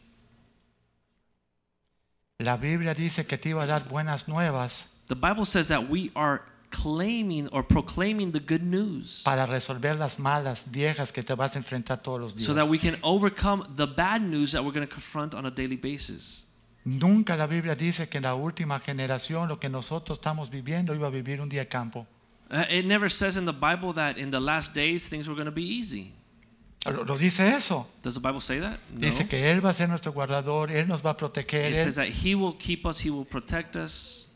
S1: la Biblia dice que te iba a dar buenas nuevas
S2: the Bible says that we are claiming or proclaiming the good news
S1: para resolver las malas viejas que te vas a enfrentar todos los días.
S2: so that we can overcome the bad news that we're going to confront on a daily basis.
S1: Nunca la Biblia dice que en la última generación lo que nosotros estamos viviendo iba a vivir un día de campo.
S2: Uh, It never says in the Bible that in the last days things were going to be easy.
S1: Lo, lo dice eso.
S2: Does the Bible say that? No.
S1: Dice que Él va a ser nuestro guardador, Él nos va a proteger.
S2: It
S1: Él-
S2: says that He will keep us, He will protect us.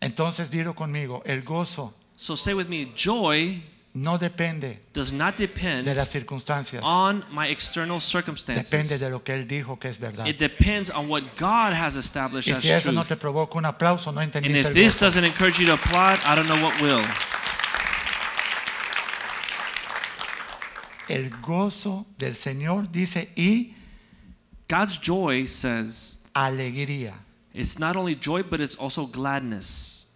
S1: Entonces dilo conmigo, el gozo
S2: So say with me, joy
S1: no depende
S2: does not
S1: de
S2: depend
S1: las circunstancias,
S2: on my external circumstances.
S1: depende de lo que Él dijo que es verdad.
S2: It depends on what God has established
S1: Y
S2: as
S1: si eso no te
S2: truth.
S1: provoca un aplauso, no
S2: And
S1: entendiste
S2: if
S1: el
S2: this
S1: gozo.
S2: doesn't encourage you to applaud, I don't know what will.
S1: El gozo del Señor dice y
S2: God's joy says
S1: alegría.
S2: it's not only joy, but it's also gladness.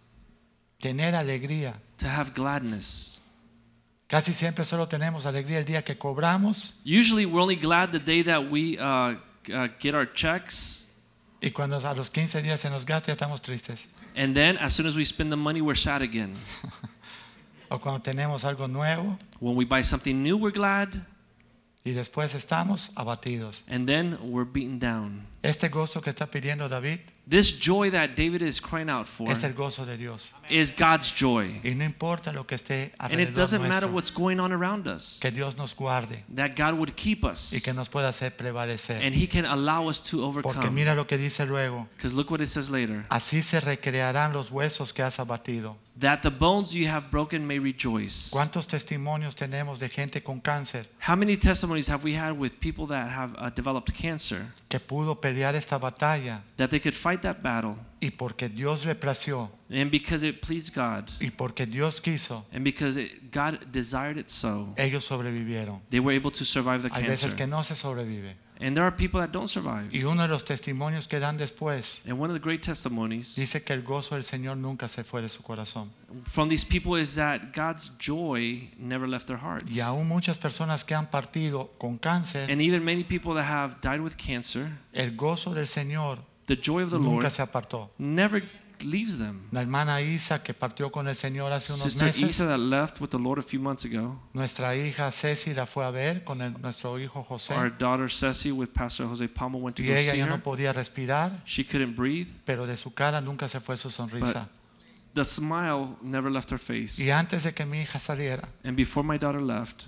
S1: Tener alegría.
S2: To have gladness.
S1: Casi siempre solo tenemos alegría el día que cobramos
S2: Usually, we're only glad the day that we uh, uh, get our checks,
S1: y cuando a los 15 días se nos gasta ya estamos tristes.
S2: and then as soon as we spend the money, we're sad again.
S1: O cuando tenemos algo nuevo
S2: When we buy something new, we're glad.
S1: y después estamos abatidos.
S2: and then we're beaten down.
S1: Este gozo que está pidiendo David
S2: This joy that David is crying out for
S1: es el gozo de Dios.
S2: is God's joy.
S1: Y no importa lo que esté
S2: And it
S1: alrededor
S2: doesn't matter
S1: nuestro,
S2: what's going on around us,
S1: que Dios nos guarde
S2: that God would keep us
S1: y que nos pueda hacer prevalecer.
S2: and He can allow us to
S1: Porque
S2: overcome.
S1: mira lo que dice luego.
S2: Because look what it says later
S1: Así se recrearán los huesos que has abatido.
S2: that the bones you have broken may rejoice.
S1: ¿Cuántos testimonios tenemos de gente con cáncer
S2: How many testimonies have we had with people that have uh, developed cancer
S1: que pudo pelear esta batalla?
S2: that they could fight that battle?
S1: Y porque Dios le plació
S2: And because it pleased God,
S1: y porque Dios quiso,
S2: and because it, God desired it so,
S1: ellos sobrevivieron.
S2: they were able to survive the
S1: Hay veces que
S2: cancer.
S1: no se sobrevive.
S2: And there are people that don't survive.
S1: Y uno de los testimonios que dan después
S2: And one of the great testimonies
S1: dice que el gozo del Señor nunca se fue de su corazón.
S2: from these people is that God's joy never left their hearts.
S1: Y aún muchas personas que han partido con cáncer,
S2: And even many people that have died with cancer,
S1: el gozo del Señor
S2: the joy of the
S1: nunca
S2: Lord
S1: se apartó.
S2: never leaves them.
S1: La hermana Isa que partió con el Señor hace unos
S2: Sister Isa
S1: meses,
S2: that left with the Lord a few months ago,
S1: nuestra hija Ceci la fue a ver con el- nuestro hijo
S2: our
S1: José
S2: daughter Ceci with Pastor Jose Palma went to
S1: y
S2: go
S1: ella
S2: see
S1: ya no
S2: her.
S1: podía respirar,
S2: She couldn't breathe,
S1: pero de su cara nunca se fue su sonrisa.
S2: the smile never left her face.
S1: Y antes de que mi hija saliera
S2: And before my daughter left,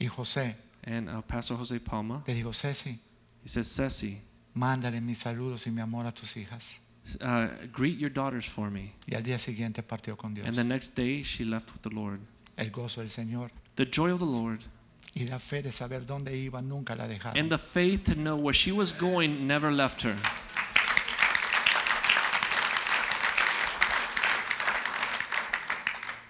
S1: y José,
S2: and uh, Pastor Jose Palma,
S1: le digo, Ceci,
S2: he said, Ceci,
S1: mándale mis saludos y mi amor a tus hijas.
S2: uh, greet your daughters for me.
S1: Y al día siguiente partió con Dios.
S2: And the next day, she left with the Lord.
S1: El gozo del Señor
S2: The joy of the Lord
S1: y la fe de saber dónde iba nunca la
S2: and
S1: dejaron.
S2: the faith to know where she was going never left her.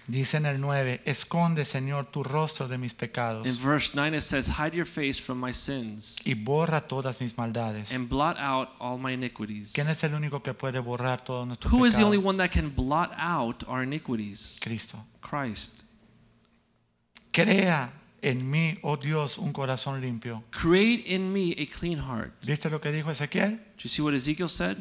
S1: Dice en el 9, esconde Señor tu rostro de mis pecados
S2: In verse 9, it says, Hide your face from my sins
S1: y borra todas mis maldades.
S2: and blot out all my iniquities.
S1: ¿Quién es el único que puede borrar todos nuestros
S2: Who is the only
S1: pecados?
S2: one that can blot out our iniquities?
S1: Cristo.
S2: Christ.
S1: Crea en mí, oh Dios, un corazón limpio.
S2: Create in me a clean heart.
S1: ¿Viste lo que dijo Ezequiel?
S2: Do you see what Ezekiel said?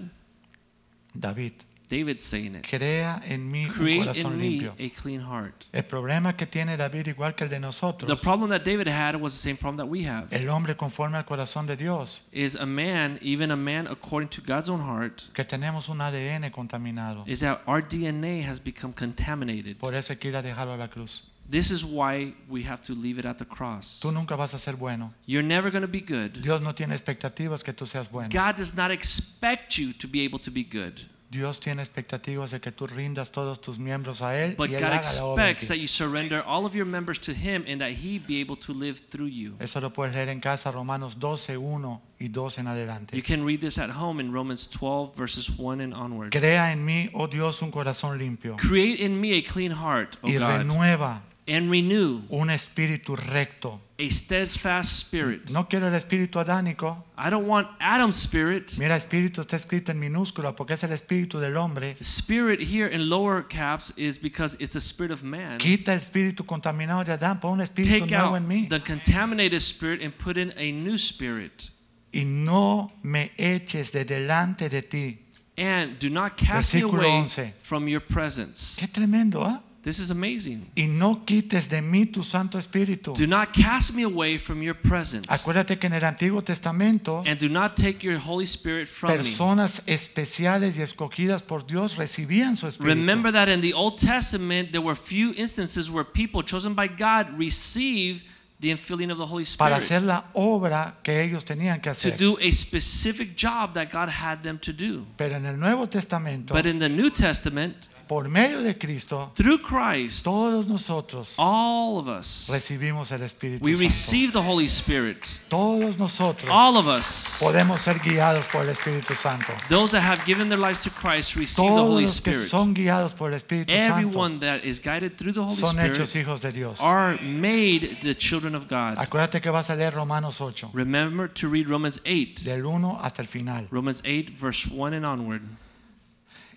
S1: David,
S2: David's saying it.
S1: crea en mí un
S2: Create in
S1: corazón
S2: me
S1: limpio.
S2: a clean heart.
S1: El problema que tiene David igual que el de
S2: The
S1: nosotros,
S2: problem that David had was the same problem that we have.
S1: el hombre conforme al corazón de Dios,
S2: Is a man, even a man according to God's own heart,
S1: que tenemos un ADN contaminado.
S2: is that our DNA has become contaminated.
S1: Por eso hay que ir a dejarlo a la cruz.
S2: This is why we have to leave it at the cross.
S1: Tú nunca vas a ser bueno.
S2: You're never going to be good.
S1: Dios no tiene expectativas que tú seas bueno.
S2: God does not expect you to be able to be good,
S1: Dios tiene expectativas de que tú rindas todos tus miembros a Él
S2: but
S1: y Él
S2: God
S1: haga la obra en
S2: expects that
S1: ti.
S2: you surrender all of your members to Him and that He be able to live through you.
S1: Eso lo puedes leer en casa, Romanos 12, 1 y 2 en
S2: You
S1: adelante.
S2: can read this at home in Romans 12, verses 1 and onward.
S1: Crea en mí, oh Dios, un corazón limpio
S2: Create in me a clean heart, O
S1: y
S2: Oh, God,
S1: renueva
S2: and renew
S1: un espíritu recto.
S2: a steadfast spirit.
S1: No quiero el espíritu adánico.
S2: I don't want Adam's spirit.
S1: Mira, espíritu está escrito en minúscula porque es el espíritu del hombre.
S2: Spirit here in lower caps is because it's a spirit of man.
S1: Quita el espíritu contaminado de Adán, pon un espíritu
S2: Take
S1: nuevo
S2: out
S1: en mí.
S2: the contaminated spirit and put in a new spirit.
S1: y no me eches de delante de ti.
S2: And do not cast me
S1: Versículo
S2: away
S1: 11.
S2: from your presence.
S1: Qué tremendo, ¿ah?
S2: This is amazing.
S1: Y no quites de mí tu Santo Espíritu.
S2: Do not cast me away from your presence.
S1: Acuérdate que en el Antiguo Testamento
S2: And do not take your Holy Spirit from me.
S1: personas especiales y escogidas por Dios recibían su Espíritu.
S2: Remember that in the Old Testament, there were few instances where people chosen by God received the infilling of the Holy
S1: para
S2: Spirit
S1: hacer la obra que ellos tenían que
S2: to
S1: hacer.
S2: do a specific job that God had them to do.
S1: Pero en el Nuevo Testamento,
S2: But in the New Testament,
S1: por medio de Cristo,
S2: through Christ,
S1: todos nosotros
S2: all of us,
S1: recibimos el Espíritu
S2: we
S1: Santo.
S2: receive the Holy Spirit.
S1: Todos nosotros
S2: All of us,
S1: podemos ser guiados por el Espíritu Santo.
S2: those that have given their lives to Christ, receive the
S1: Todos
S2: Holy
S1: los que
S2: Spirit.
S1: son guiados por el Espíritu Santo
S2: Everyone that is guided through the Holy
S1: son hechos
S2: Spirit
S1: hijos de Dios.
S2: are made the children of God.
S1: Acuérdate que vas a leer Romanos 8,
S2: Remember to read Romans 8.
S1: del 1 hasta el final.
S2: Romans 8, verse 1 and onward.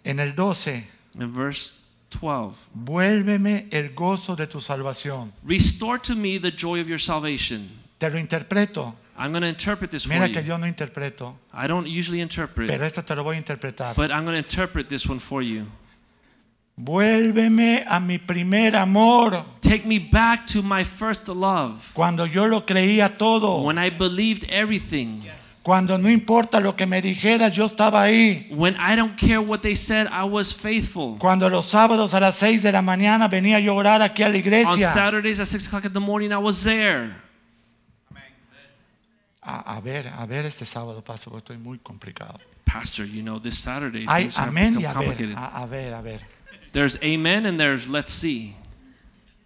S1: En el 12,
S2: And verse 12.
S1: vuélveme el gozo de tu salvación.
S2: Restore to me the joy of your salvation.
S1: Te lo interpreto.
S2: I'm going to interpret this for
S1: Mira que
S2: you.
S1: yo no interpreto,
S2: I don't usually interpret,
S1: pero esto te lo voy a interpretar.
S2: but I'm going to interpret this one for you.
S1: Vuélveme a mi primer amor,
S2: Take me back to my first love
S1: cuando yo lo creía todo,
S2: when I believed everything.
S1: cuando no importa lo que me dijeras, yo estaba ahí.
S2: When I don't care what they said, I was faithful.
S1: Cuando los sábados a las 6 de la mañana venía yo a llorar aquí a la
S2: On
S1: iglesia.
S2: Saturdays at 6 o'clock in the morning, I was there.
S1: A, a ver, a ver este sábado, pastor, porque estoy muy complicado.
S2: Pastor, you know, this Saturday,
S1: Ay,
S2: things have
S1: amén
S2: become
S1: y a ver,
S2: complicated.
S1: a, a ver, a ver.
S2: There's amen and there's let's see.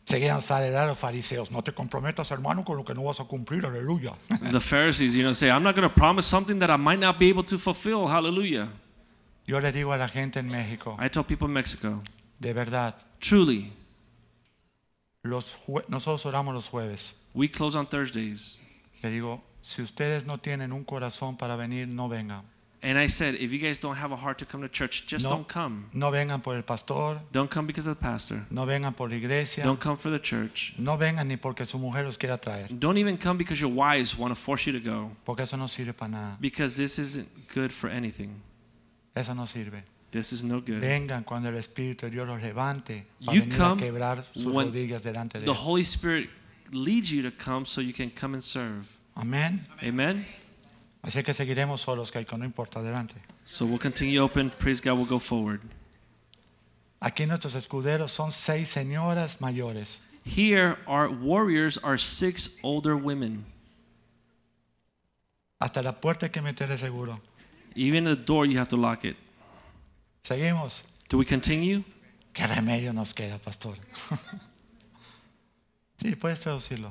S1: Seguían a los fariseos. No te comprometas, hermano, con lo que no vas a cumplir. Aleluya.
S2: The Pharisees, you know, say, I'm not going to promise something that I might not be able to fulfill. Hallelujah.
S1: Yo le digo a la gente en México,
S2: I tell people in Mexico,
S1: de verdad,
S2: truly,
S1: los jue- nosotros oramos los jueves.
S2: we close on Thursdays.
S1: Le digo, si ustedes no tienen un corazón para venir, no vengan.
S2: And I said, if you guys don't have a heart to come to church, just
S1: No.
S2: don't come.
S1: No vengan por el pastor,
S2: Don't come because of the pastor.
S1: no vengan por la iglesia,
S2: Don't come for the church.
S1: no vengan ni porque su mujer los quiera traer,
S2: Don't even come because your wives want to force you to go.
S1: porque eso no sirve para nada.
S2: Because this isn't good for anything.
S1: Eso no sirve.
S2: This is no good.
S1: Vengan cuando el Espíritu de Dios los levante para
S2: Mm. You
S1: venir a
S2: come
S1: quebrar sus
S2: when
S1: rodillas delante de
S2: The
S1: Él.
S2: Holy Spirit leads you to come so you can come and serve.
S1: Amén.
S2: Amen.
S1: Así que seguiremos solos, que no importa, adelante.
S2: So we'll continue open. Praise God. We'll go forward.
S1: Aquí nuestros escuderos son seis señoras mayores.
S2: Here, our warriors are six older women.
S1: Hasta la puerta hay que meterle seguro.
S2: Even the door, you have to lock it.
S1: Seguimos.
S2: Do we continue?
S1: ¿Qué remedio nos queda, pastor? sí, puedes traducirlo.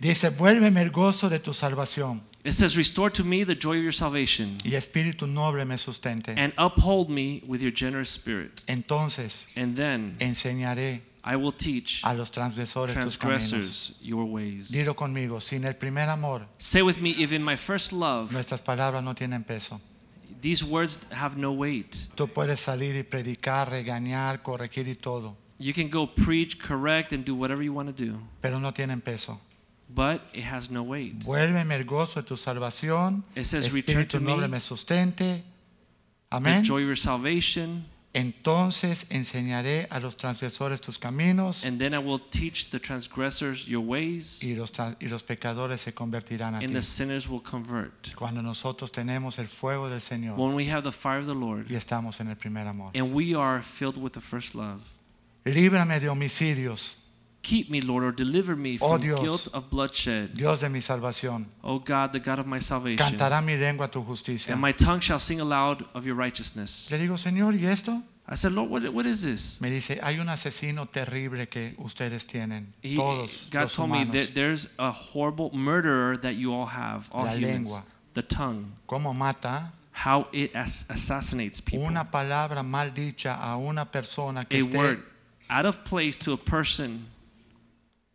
S1: Dice, vuélveme el gozo de tu salvación
S2: It says, Restore to me the joy of your salvation
S1: y espíritu noble me sustente.
S2: and uphold me with your generous spirit.
S1: Entonces
S2: And then
S1: enseñaré
S2: I will teach
S1: a los transgresores tus caminos.
S2: transgressors your ways.
S1: Dilo conmigo, sin el primer amor,
S2: Say with me, if in my first love,
S1: nuestras palabras no tienen peso.
S2: these words have no weight.
S1: Tú puedes salir y predicar, regañar, corregir y todo,
S2: You can go preach, correct, and do whatever you want to do,
S1: pero no tienen peso.
S2: but it has no weight.
S1: Vuélveme el gozo de tu salvación.
S2: It says, "Return
S1: Espíritu
S2: to me
S1: noble me sustente.
S2: The
S1: Amén.
S2: joy of your salvation,
S1: Entonces enseñaré a los transgresores tus caminos
S2: and then I will teach the transgressors your
S1: y
S2: ways,
S1: los, tran- y los pecadores se convertirán a ti.
S2: and the sinners will convert.
S1: Cuando nosotros tenemos el fuego del Señor
S2: When we have the fire of the
S1: y
S2: Lord,
S1: estamos en el primer amor.
S2: and we are filled with the first love.
S1: Líbrame de homicidios,
S2: Keep me, Lord, or deliver me
S1: Oh,
S2: from
S1: Dios.
S2: guilt of bloodshed.
S1: Dios de mi salvación.
S2: O God, the God of my salvation.
S1: Cantará mi lengua tu justicia.
S2: And my tongue shall sing aloud of your
S1: Le
S2: righteousness.
S1: digo, Señor, ¿y esto?
S2: I said, Lord, what, what is this?
S1: Me dice, hay un asesino terrible que ustedes tienen,
S2: He-
S1: todos
S2: God
S1: los
S2: told me
S1: humanos.
S2: that there's a horrible murderer that you all have, all
S1: La
S2: humans.
S1: lengua.
S2: The tongue.
S1: ¿Cómo mata?
S2: How it ass- assassinates people.
S1: una palabra mal dicha a una persona que
S2: a
S1: esté,
S2: word out of place to a person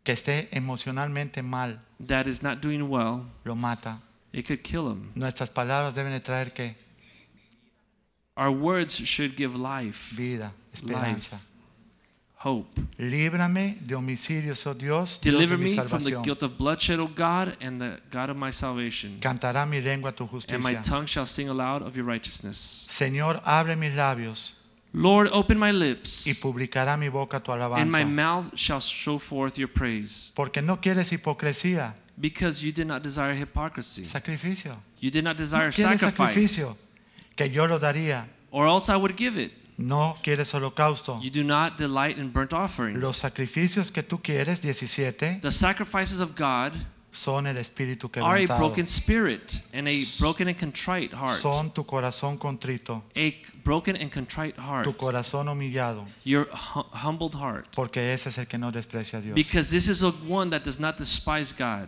S1: que esté emocionalmente mal
S2: that is not doing well,
S1: lo mata.
S2: it could kill him.
S1: Nuestras palabras deben de traer qué?
S2: Our words should give life,
S1: Vida, esperanza.
S2: hope.
S1: Líbrame de homicidios, oh Dios, Dios
S2: Deliver
S1: de mi
S2: me from the
S1: salvación.
S2: guilt of bloodshed, O God, and the God of my salvation.
S1: Cantará mi lengua tu
S2: And my
S1: justicia.
S2: tongue shall sing aloud of your righteousness.
S1: Señor, abre mis labios
S2: Lord, open my
S1: y
S2: lips,
S1: publicará mi boca tu
S2: and my
S1: alabanza.
S2: mouth shall show forth your praise.
S1: Porque no quieres hipocresía,
S2: Because you did not desire hypocrisy,
S1: sacrificio.
S2: you did not
S1: No
S2: desire
S1: quieres
S2: sacrifice,
S1: sacrificio, que yo lo daría.
S2: or else I would give it.
S1: No quieres holocausto.
S2: You do not delight in burnt offering.
S1: Los sacrificios que tú quieres, 17,
S2: The sacrifices of God
S1: son el espíritu
S2: are a
S1: quebrantado.
S2: broken spirit and a broken and contrite heart.
S1: Son tu corazón contrito,
S2: A broken and contrite heart.
S1: tu corazón humillado,
S2: Your hum- humbled heart.
S1: porque ese es el que no desprecia a Dios.
S2: Because this is a one that does not despise God,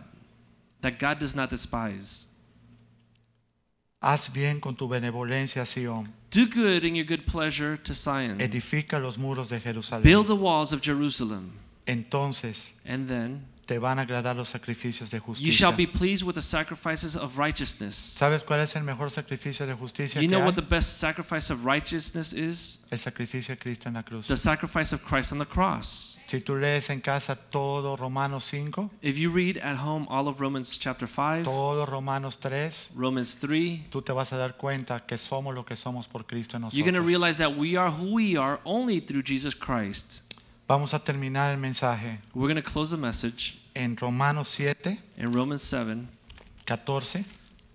S2: that God does not despise.
S1: Haz bien con tu benevolencia, Sion.
S2: Do good in your good pleasure to Sion.
S1: Edifica los muros de Jerusalén.
S2: Build the walls of Jerusalem,
S1: Entonces
S2: and then
S1: te van a agradar los sacrificios de
S2: You shall
S1: justicia.
S2: be pleased with the sacrifices of righteousness.
S1: ¿Sabes cuál es el mejor sacrificio de justicia?
S2: You
S1: que
S2: know
S1: hay?
S2: what the best sacrifice of righteousness is?
S1: El sacrificio de Cristo en la cruz.
S2: The sacrifice of Christ on the cross.
S1: Si tú lees en casa todo Romanos 5,
S2: If you read at home all of Romans chapter 5,
S1: todo Romanos 3,
S2: Romans 3,
S1: tú te vas a dar cuenta que somos lo que somos por Cristo en
S2: you're going to
S1: nosotros.
S2: realize that we are who we are only through Jesus Christ.
S1: Vamos a terminar el mensaje
S2: We're going to close the message
S1: en Romanos 7,
S2: in Romans 7,
S1: 14.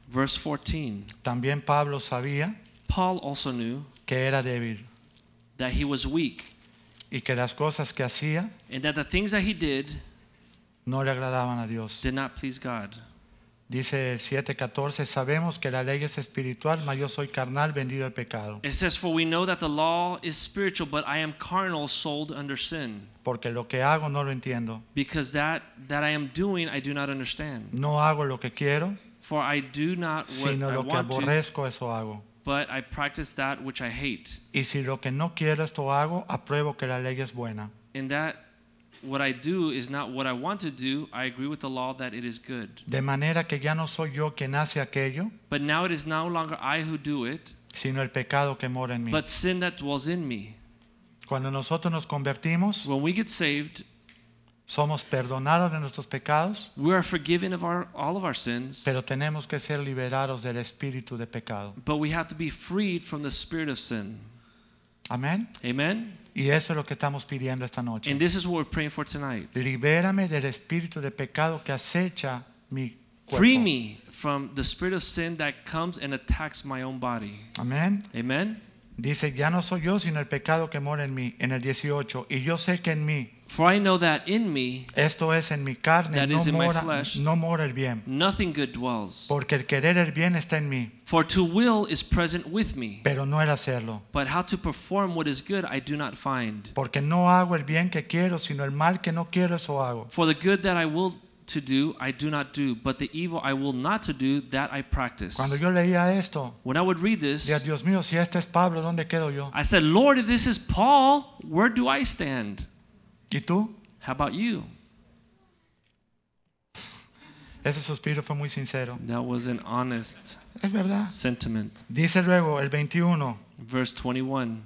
S2: verse 14.
S1: También Pablo sabía
S2: Paul also knew
S1: que era débil
S2: that he was weak
S1: y que las cosas que hacía
S2: and that the things that he did
S1: no le agradaban a Dios.
S2: did not please God.
S1: Dice 7:14, sabemos que la ley es espiritual, mas yo soy carnal, vendido al pecado,
S2: It says, For we know that the law is spiritual, but I am carnal, sold under sin.
S1: porque lo que hago no lo entiendo.
S2: Because that that I am doing, I do not understand.
S1: No hago lo que quiero,
S2: For I do not what
S1: sino
S2: I
S1: lo que
S2: want to,
S1: aborrezco, eso hago.
S2: but I practice that which I hate.
S1: Y si lo que no quiero, esto hago, apruebo que la ley es buena.
S2: And that what I do is not what I want to do. I agree with the law that it is good.
S1: De manera que ya no soy yo quien hace aquello,
S2: But now it is no longer I who do it,
S1: sino el pecado que mora en mí.
S2: but sin that dwells in me.
S1: Cuando nosotros nos convertimos,
S2: When we get saved,
S1: somos perdonados de nuestros pecados,
S2: we are forgiven of our all of our sins,
S1: pero tenemos que ser liberados del espíritu de pecado.
S2: but we have to be freed from the spirit of sin.
S1: Amén.
S2: Amen.
S1: Y eso es lo que estamos pidiendo esta noche.
S2: And this is what we're praying for tonight.
S1: Libérame del espíritu de pecado que acecha mi cuerpo.
S2: Free me from the spirit of sin that comes and attacks my own body.
S1: Amén.
S2: Amen.
S1: Dice, ya no soy yo, sino el pecado que mora en mí. En el 18. Y yo sé que en mí,
S2: For I know that in me
S1: esto es en mi carne,
S2: That
S1: no
S2: is in my
S1: mora,
S2: flesh.
S1: no mora el bien.
S2: nothing good dwells.
S1: Porque el querer el bien está en mí,
S2: For to will is present with me,
S1: pero no el hacerlo.
S2: but how to perform what is good I do not find.
S1: Porque no hago el bien que quiero, sino el mal que no quiero, eso hago.
S2: For the good that I will to do I do not do, but the evil I will not to do that I practice.
S1: Cuando yo leía esto,
S2: When I would read
S1: decía,
S2: this,
S1: Dios mío, si este es Pablo, ¿dónde quedo yo?
S2: I said, "Lord, if this is Paul, where do I stand?
S1: ¿Y tú?
S2: How about you?"
S1: Ese suspiro fue muy sincero.
S2: That was an honest
S1: Es verdad.
S2: sentiment.
S1: Dice luego el 21.
S2: Verse 21.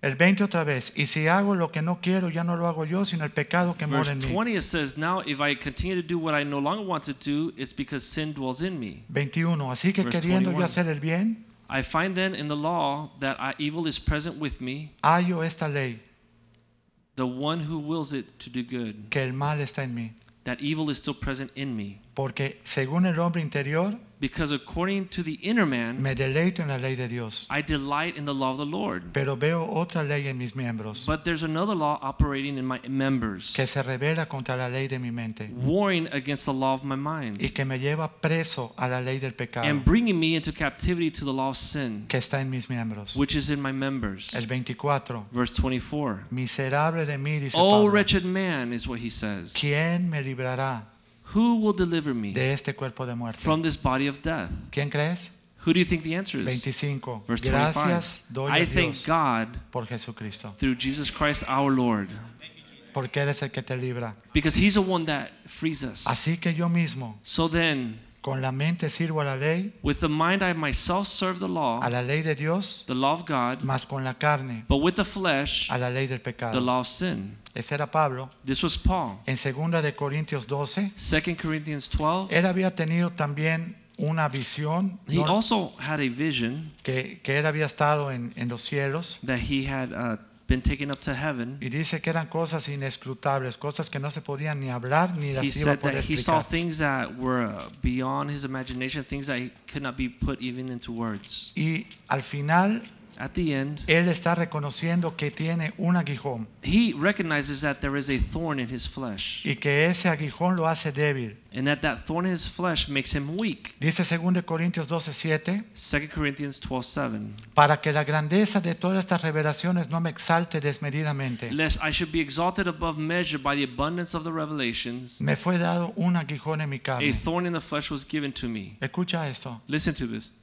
S1: El 20 otra vez. Y si hago lo que no quiero, ya no lo hago yo, sino el pecado que mora
S2: Verse
S1: en mí.
S2: 20 it says, Now if I continue to do what I no longer want to do, it's because sin dwells in me.
S1: 21. Así que
S2: Verse
S1: queriendo
S2: 21.
S1: yo hacer el bien,
S2: I find then in the law that I, evil is present with me,
S1: hallo esta ley,
S2: the one who wills it to do good,
S1: que el mal está en mí.
S2: that evil is still present in me.
S1: Porque según el hombre interior,
S2: Because according to the inner man,
S1: me deleito en la ley de Dios.
S2: I delight in the law of the Lord.
S1: Pero veo otra ley en mis miembros,
S2: But there's another law operating in my members,
S1: que se revela contra la ley de mi mente
S2: warring against the law of my mind,
S1: y que me lleva preso a la ley del pecado
S2: and bringing me into captivity to the law of sin,
S1: que está en mis miembros.
S2: which is in my members.
S1: El 24.
S2: Verse 24.
S1: Miserable de mí, dice
S2: Oh,
S1: Pablo.
S2: wretched man, is what he says.
S1: ¿Quién me librará
S2: Who will deliver me
S1: de este cuerpo de muerte?
S2: from this body of death?
S1: ¿Quién crees?
S2: Who do you think the answer is?
S1: 25.
S2: Verse 25.
S1: Gracias doy a
S2: I
S1: Dios
S2: thank God
S1: por Jesucristo,
S2: through Jesus Christ our Lord,
S1: porque Él es el que te libra.
S2: because He's the one that frees us.
S1: Así que yo mismo,
S2: So then,
S1: con la mente sirvo a la ley,
S2: with the mind I myself serve the
S1: a
S2: law,
S1: la ley de Dios,
S2: the law of God,
S1: más con la carne,
S2: but with the flesh,
S1: a la ley del
S2: the
S1: pecado.
S2: law of sin.
S1: Ese era Pablo.
S2: This was Paul.
S1: En 2 de Corintios 12,
S2: 2 Corinthians 12.
S1: él había tenido también una visión
S2: He
S1: Eh, ¿no?
S2: also had a vision
S1: que, que él había estado en, en los cielos
S2: that he had uh, been taken up to heaven.
S1: y dice que eran cosas inescrutables, cosas que no se podían ni hablar ni las
S2: he
S1: iba a
S2: said that
S1: poder
S2: he saw
S1: explicar.
S2: things that were uh, beyond his imagination, things that could not be put even into words.
S1: Y al final
S2: At the end,
S1: él está reconociendo que tiene un aguijón
S2: he recognizes that there is a thorn in his flesh,
S1: y que ese aguijón lo hace débil.
S2: and that that thorn in his flesh makes him weak.
S1: Dice 2 de Corintios 12:7,
S2: 2 Corinthians 12:7.
S1: para que la grandeza de todas estas revelaciones no me exalte desmedidamente.
S2: Lest I should be exalted above measure by the abundance of the revelations,
S1: Me fue dado un aguijón en mi
S2: a
S1: carne.
S2: thorn in the flesh was given to me.
S1: Escucha esto.
S2: Listen to this.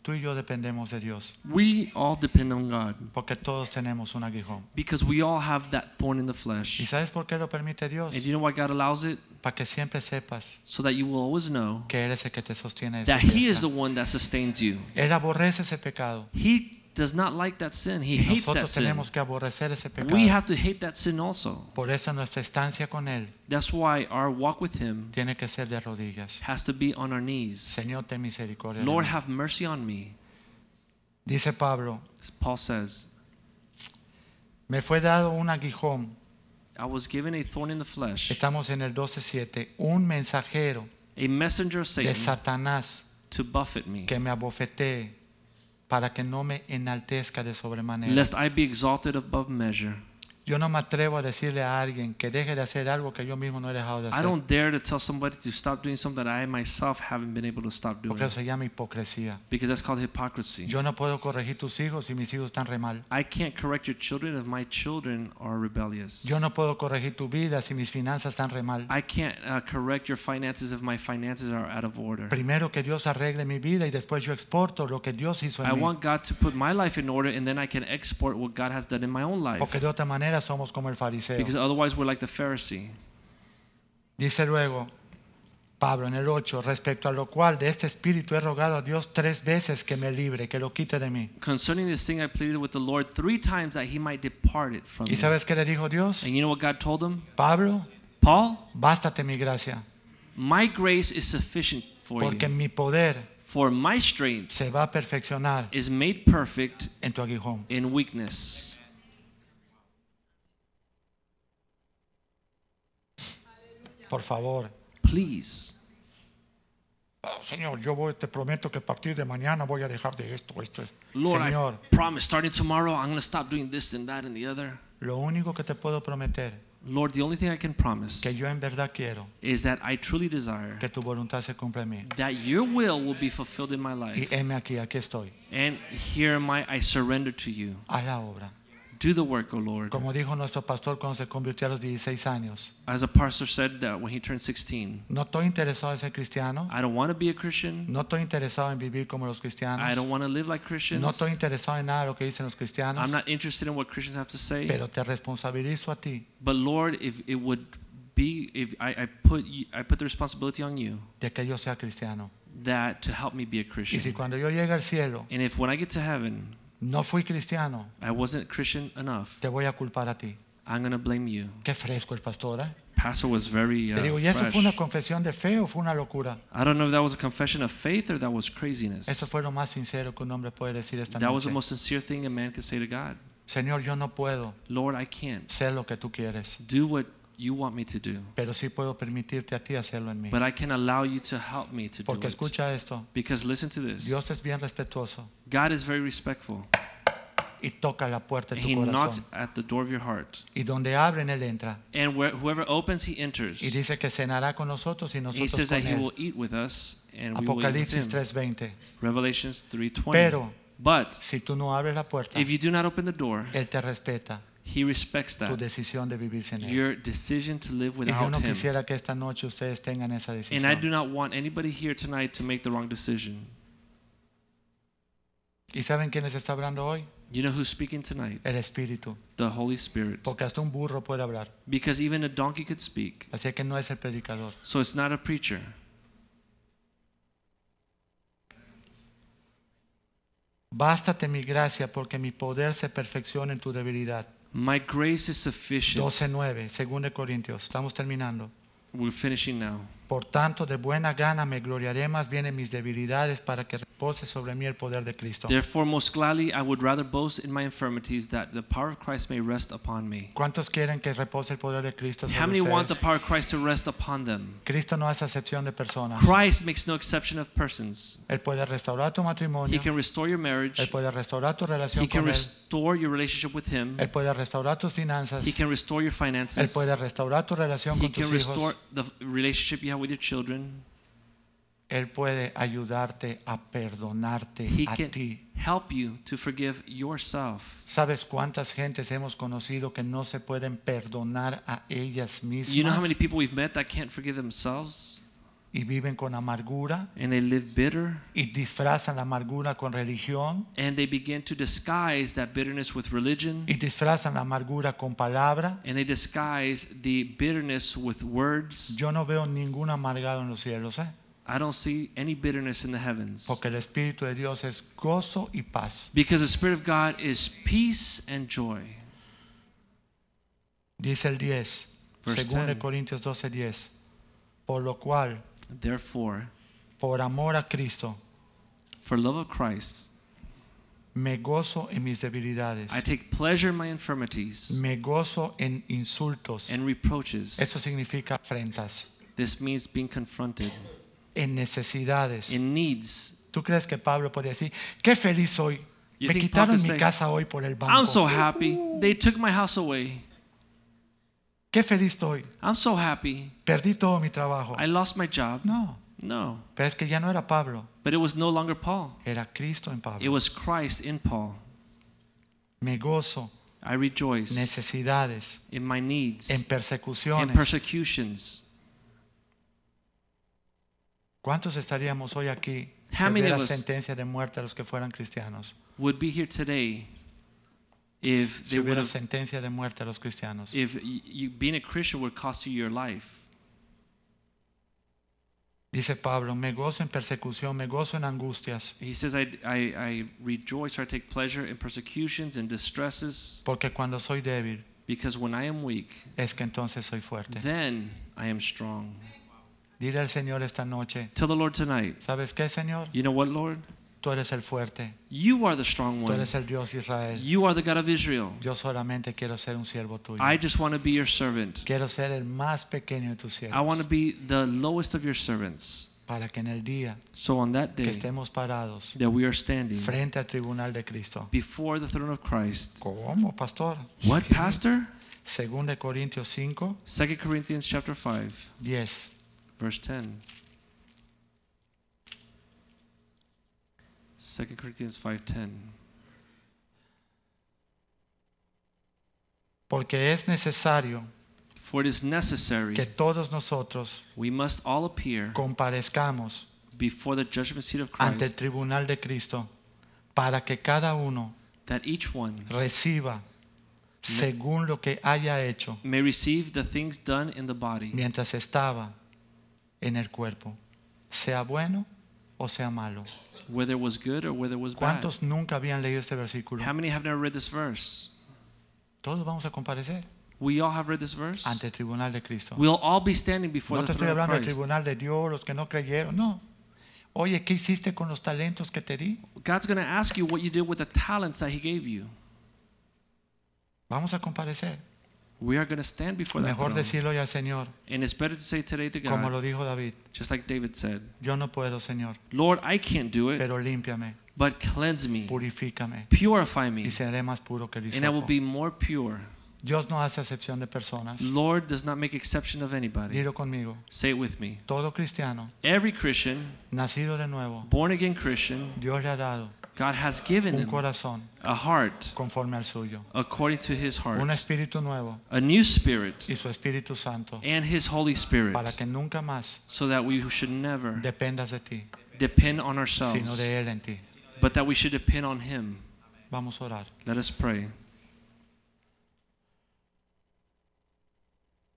S1: tú y yo dependemos de Dios,
S2: We all depend on God
S1: porque todos tenemos un aguijón.
S2: because we all have that thorn in the
S1: ¿Y
S2: flesh.
S1: sabes por qué lo permite Dios?
S2: And you know why God allows it?
S1: Para que siempre sepas
S2: So that you will always know
S1: que eres el que te sostiene. de
S2: that
S1: su
S2: He
S1: pieza.
S2: is the one that sustains you.
S1: Él aborrece ese pecado.
S2: He does not like that sin. He hates that
S1: Nosotros
S2: sin.
S1: tenemos que aborrecer ese pecado.
S2: We have to hate that sin also.
S1: Por eso nuestra estancia con Él
S2: That's why our walk with Him
S1: tiene que ser de rodillas.
S2: has to be on our knees.
S1: Señor, ten misericordia. de
S2: Lord,
S1: mí.
S2: have mercy on me.
S1: Dice Pablo,
S2: As Paul says,
S1: me fue dado un aguijón.
S2: I was given a thorn in the flesh,
S1: Estamos en el 12.7. Un mensajero
S2: a messenger of
S1: de
S2: Satan
S1: Satanás
S2: to buffet me,
S1: que me abofetee para que no me enaltezca de sobremanera.
S2: lest I be exalted above measure.
S1: Yo no me atrevo a decirle a alguien que deje de hacer algo que yo mismo no he dejado de
S2: I
S1: hacer.
S2: don't dare to tell somebody to stop doing something that I myself haven't been able to stop
S1: Porque
S2: doing
S1: eso se llama hipocresía.
S2: because that's called hypocrisy.
S1: Yo no puedo corregir tus hijos si mis hijos están re mal.
S2: I can't correct your children if my children are rebellious.
S1: Yo no puedo corregir tu vida si mis finanzas están re mal.
S2: I can't uh, correct your finances if my finances are out of order.
S1: Primero que Dios arregle mi vida y después yo exporto lo que Dios hizo
S2: I
S1: en mí.
S2: want God to put my life in order and then I can export what God has done in my own life.
S1: Porque de otra manera somos como el fariseo.
S2: Because otherwise we're like the Pharisee.
S1: Dice luego Pablo en el 8, respecto a lo cual de este espíritu he rogado a Dios tres veces que me libre, que lo quite de mí.
S2: Concerning this thing I pleaded with the Lord three times that he might depart it from
S1: ¿Y
S2: me.
S1: sabes qué le dijo Dios?
S2: And you know what God told him?
S1: Pablo,
S2: Paul,
S1: bástate mi gracia,
S2: my grace is sufficient for
S1: porque
S2: you.
S1: mi poder
S2: For my strength
S1: se va a perfeccionar
S2: is made perfect
S1: en tu aguijón.
S2: in weakness.
S1: Por favor.
S2: Please.
S1: Oh, señor, yo voy- te prometo que a partir de mañana voy a dejar de esto, esto. es-
S2: Lord,
S1: señor,
S2: I promise starting tomorrow I'm going to stop doing this and that and the other.
S1: lo único que te puedo prometer,
S2: Lord, the only thing I can promise
S1: que yo en verdad quiero
S2: is that I truly desire
S1: que tu voluntad se cumpla en mí.
S2: that your will will be fulfilled in my life.
S1: Y heme aquí, aquí estoy.
S2: And here am I, I surrender to you.
S1: Haz la obra.
S2: Do the work, O Lord.
S1: Como dijo nuestro pastor cuando se convirtió a los 16 años,
S2: As a pastor said that when he turned 16,
S1: no estoy interesado en ser cristiano,
S2: I don't want to be a Christian.
S1: no estoy interesado en vivir como los
S2: I
S1: cristianos,
S2: don't want to live like Christians.
S1: no estoy interesado en nada de lo que dicen los cristianos,
S2: I'm not interested in what Christians have to say.
S1: pero te responsabilizo a ti
S2: But Lord, if it would be, if I, I put you, I put the responsibility on you
S1: de que yo sea cristiano.
S2: that to help me be a
S1: Y si
S2: Christian.
S1: cuando yo llegue al cielo
S2: And if when I get to heaven,
S1: no fui cristiano,
S2: I wasn't Christian enough,
S1: te voy a culpar a ti.
S2: I'm gonna blame you.
S1: Qué fresco el pastor. ¿eh?
S2: Pastor was very
S1: Te
S2: uh,
S1: digo, ¿y eso
S2: fresh.
S1: fue una confesión de fe o fue una locura?
S2: I don't know if that was a confession of faith or that was craziness.
S1: Eso fue lo más sincero que un hombre puede decir esta
S2: That was the
S1: noche.
S2: most sincere thing a man could say to God.
S1: Señor, yo no puedo
S2: Lord, I can't
S1: ser lo que tú quieres,
S2: do what you want me to do,
S1: pero sí puedo permitirte a ti hacerlo en mí.
S2: but I can allow you to help me to do
S1: Porque
S2: it.
S1: escucha esto,
S2: Because listen to this
S1: Dios es bien respetuoso
S2: God is very respectful.
S1: y toca la puerta de
S2: He
S1: tu
S2: knocks
S1: corazón.
S2: at the door of your heart.
S1: Y donde abren, Él entra.
S2: And where, whoever opens, he enters.
S1: Y dice que cenará con nosotros y
S2: he
S1: nosotros
S2: says that
S1: con
S2: he will
S1: Él.
S2: eat with us and we will eat with
S1: Apocalipsis
S2: him.
S1: 3.20.
S2: Revelations 3.20.
S1: Pero
S2: but
S1: si tú no abres la puerta,
S2: if you do not open the door,
S1: Él te respeta
S2: he respects
S1: tu
S2: that.
S1: decisión de vivir sin Él.
S2: Your decision to
S1: Y
S2: live
S1: yo
S2: without
S1: no
S2: him.
S1: quisiera que esta noche ustedes tengan esa
S2: And I do
S1: decisión.
S2: not want anybody here tonight to make the wrong decision.
S1: ¿Y saben quién les está hablando hoy?
S2: You know who's speaking tonight?
S1: El Espíritu.
S2: The Holy Spirit.
S1: Porque hasta un burro puede hablar.
S2: Because even a donkey could speak.
S1: Así que no es el predicador.
S2: So it's not a preacher.
S1: Bástate mi gracia porque mi poder se perfecciona en tu debilidad.
S2: My grace is sufficient.
S1: 12.9, 2 de Corintios. Estamos terminando.
S2: We're finishing now.
S1: Por tanto, de buena gana me gloriaré más bien en mis debilidades para que repose sobre mí el poder de Cristo.
S2: Therefore, most gladly, I would rather boast in my infirmities that the power of Christ may rest upon me.
S1: ¿Cuántos quieren que repose el poder de Cristo
S2: How many
S1: sobre
S2: want the
S1: ustedes?
S2: power of Christ to rest upon them?
S1: Cristo no hace acepción de personas.
S2: Christ makes no exception of persons.
S1: Él puede restaurar tu
S2: He
S1: matrimonio.
S2: can restore your
S1: Él
S2: marriage.
S1: puede restaurar tu relación
S2: He can
S1: con Él.
S2: restore your relationship with Him.
S1: Él puede restaurar tus finanzas.
S2: He can restore your
S1: Él
S2: finances.
S1: puede restaurar tu relación
S2: He
S1: con
S2: can
S1: tus
S2: restore
S1: hijos.
S2: the relationship you have with your children.
S1: Él puede ayudarte a perdonarte
S2: He
S1: a
S2: can
S1: ti.
S2: help you to forgive yourself.
S1: ¿Sabes cuántas gentes hemos conocido que no se pueden perdonar a ellas mismas?
S2: You know how many people we've met that can't forgive themselves?
S1: y viven con amargura
S2: and they live bitter
S1: y disfrazan la amargura con religión
S2: and they begin to disguise that bitterness with religion
S1: y disfrazan la amargura con palabra.
S2: and they disguise the bitterness with words.
S1: Yo no veo ningún amargado en los cielos, ¿eh?
S2: I don't see any bitterness in the heavens
S1: porque el Espíritu de Dios es gozo y paz.
S2: because the Spirit of God is peace and joy.
S1: Dice el 10,
S2: Verse
S1: según
S2: 10.
S1: de Corintios 12, 10. Por lo cual,
S2: Therefore,
S1: por amor a Cristo,
S2: for love of Christ,
S1: me gozo en mis debilidades,
S2: I take pleasure in my infirmities
S1: me gozo en insultos.
S2: and reproaches.
S1: Eso significa afrentas,
S2: This means being confronted
S1: en necesidades.
S2: in needs.
S1: ¿Tú crees que Pablo podía decir, qué feliz soy?
S2: You
S1: Me
S2: think Paul
S1: quitaron
S2: could
S1: mi
S2: say,
S1: casa hoy por el banco.
S2: I'm so happy. They took my house away.
S1: Qué feliz estoy.
S2: I'm so happy.
S1: Perdí todo mi trabajo.
S2: I lost my job.
S1: No,
S2: No.
S1: pero es que ya no era Pablo,
S2: But it was no longer Paul.
S1: era Cristo en
S2: It
S1: Pablo.
S2: was Christ in Paul.
S1: Me gozo,
S2: I rejoice
S1: necesidades,
S2: in my needs,
S1: en
S2: in
S1: persecuciones.
S2: persecutions.
S1: ¿Cuántos estaríamos hoy aquí
S2: How
S1: si
S2: many
S1: hubiera
S2: of us-
S1: sentencia de muerte a los que fueran cristianos?
S2: Would be here today if
S1: Si
S2: they would
S1: hubiera
S2: have,
S1: sentencia de muerte a los cristianos.
S2: if y- you, being a Christian would cost you your life.
S1: Dice Pablo, me gozo en persecución, me gozo en angustias,
S2: He says, I, I, I rejoice or I take pleasure in persecutions and distresses
S1: porque cuando soy débil
S2: because when I am weak,
S1: es que entonces soy fuerte.
S2: then I am strong.
S1: Dile al Señor esta noche,
S2: Tell the Lord tonight,
S1: ¿sabes qué, Señor?
S2: you know what, Lord?
S1: Tú eres el fuerte,
S2: You are the strong
S1: tú
S2: one.
S1: eres el Dios de Israel.
S2: You are the God of Israel.
S1: Yo solamente quiero ser un siervo tuyo.
S2: I just want to be your servant.
S1: Quiero ser el más pequeño de tus
S2: I
S1: siervos
S2: want to be the lowest of your servants.
S1: para que en el día
S2: So on that
S1: que
S2: day
S1: estemos parados
S2: that we are standing
S1: frente al tribunal de Cristo.
S2: before the throne of Christ.
S1: ¿Cómo, pastor?
S2: What, Pastor?
S1: Según de Corintios 5,
S2: 2 Corinthians chapter 5,
S1: 10.
S2: verse 10. 2 Corinthians 5:10.
S1: Porque es necesario
S2: For it is necessary
S1: que todos nosotros
S2: we must all appear
S1: comparezcamos
S2: before the judgment seat of
S1: ante el
S2: Christ
S1: tribunal de Cristo para que cada uno
S2: that each one
S1: reciba según lo que haya hecho
S2: may receive the things done in the body,
S1: mientras estaba en el cuerpo, sea bueno o sea malo.
S2: whether it was good or whether it was bad.
S1: ¿Cuántos nunca habían leído este versículo?
S2: How many have never read this verse?
S1: Todos vamos a comparecer
S2: We all have read this verse.
S1: ante el tribunal de Cristo.
S2: We'll all be standing before
S1: No te
S2: the
S1: estoy
S2: throne of
S1: hablando del
S2: Christ.
S1: tribunal de Dios, los que no creyeron, no. Oye, ¿qué hiciste con los talentos que te di?
S2: God's going to ask you what you did with the talents that He gave you.
S1: Vamos a comparecer.
S2: We are going to stand before that
S1: Mejor
S2: throne.
S1: decirlo hoy al Señor,
S2: And it's better to say today to
S1: como
S2: God,
S1: lo dijo David.
S2: just like David said,
S1: Yo no puedo, Señor,
S2: Lord, I can't do it,
S1: pero límpiame,
S2: but cleanse me,
S1: purifícame
S2: purify me,
S1: y seré más puro que el
S2: and I will
S1: hisopo.
S2: be more pure.
S1: Dios no hace acepción de personas.
S2: Lord does not make exception of anybody.
S1: Dilo conmigo.
S2: Say it with me.
S1: Todo cristiano,
S2: Every Christian,
S1: nacido de nuevo,
S2: born again Christian,
S1: Dios le ha dado
S2: God has given
S1: un
S2: them
S1: corazón
S2: a heart
S1: conforme al suyo,
S2: according to His
S1: un
S2: heart,
S1: espíritu nuevo
S2: a new spirit,
S1: y su Espíritu Santo,
S2: and His Holy Spirit,
S1: para que nunca más
S2: so that we should never
S1: dependas de ti,
S2: depend on
S1: sino
S2: ourselves,
S1: de Él en ti.
S2: but that we should depend on Him.
S1: Vamos a orar.
S2: Let us pray.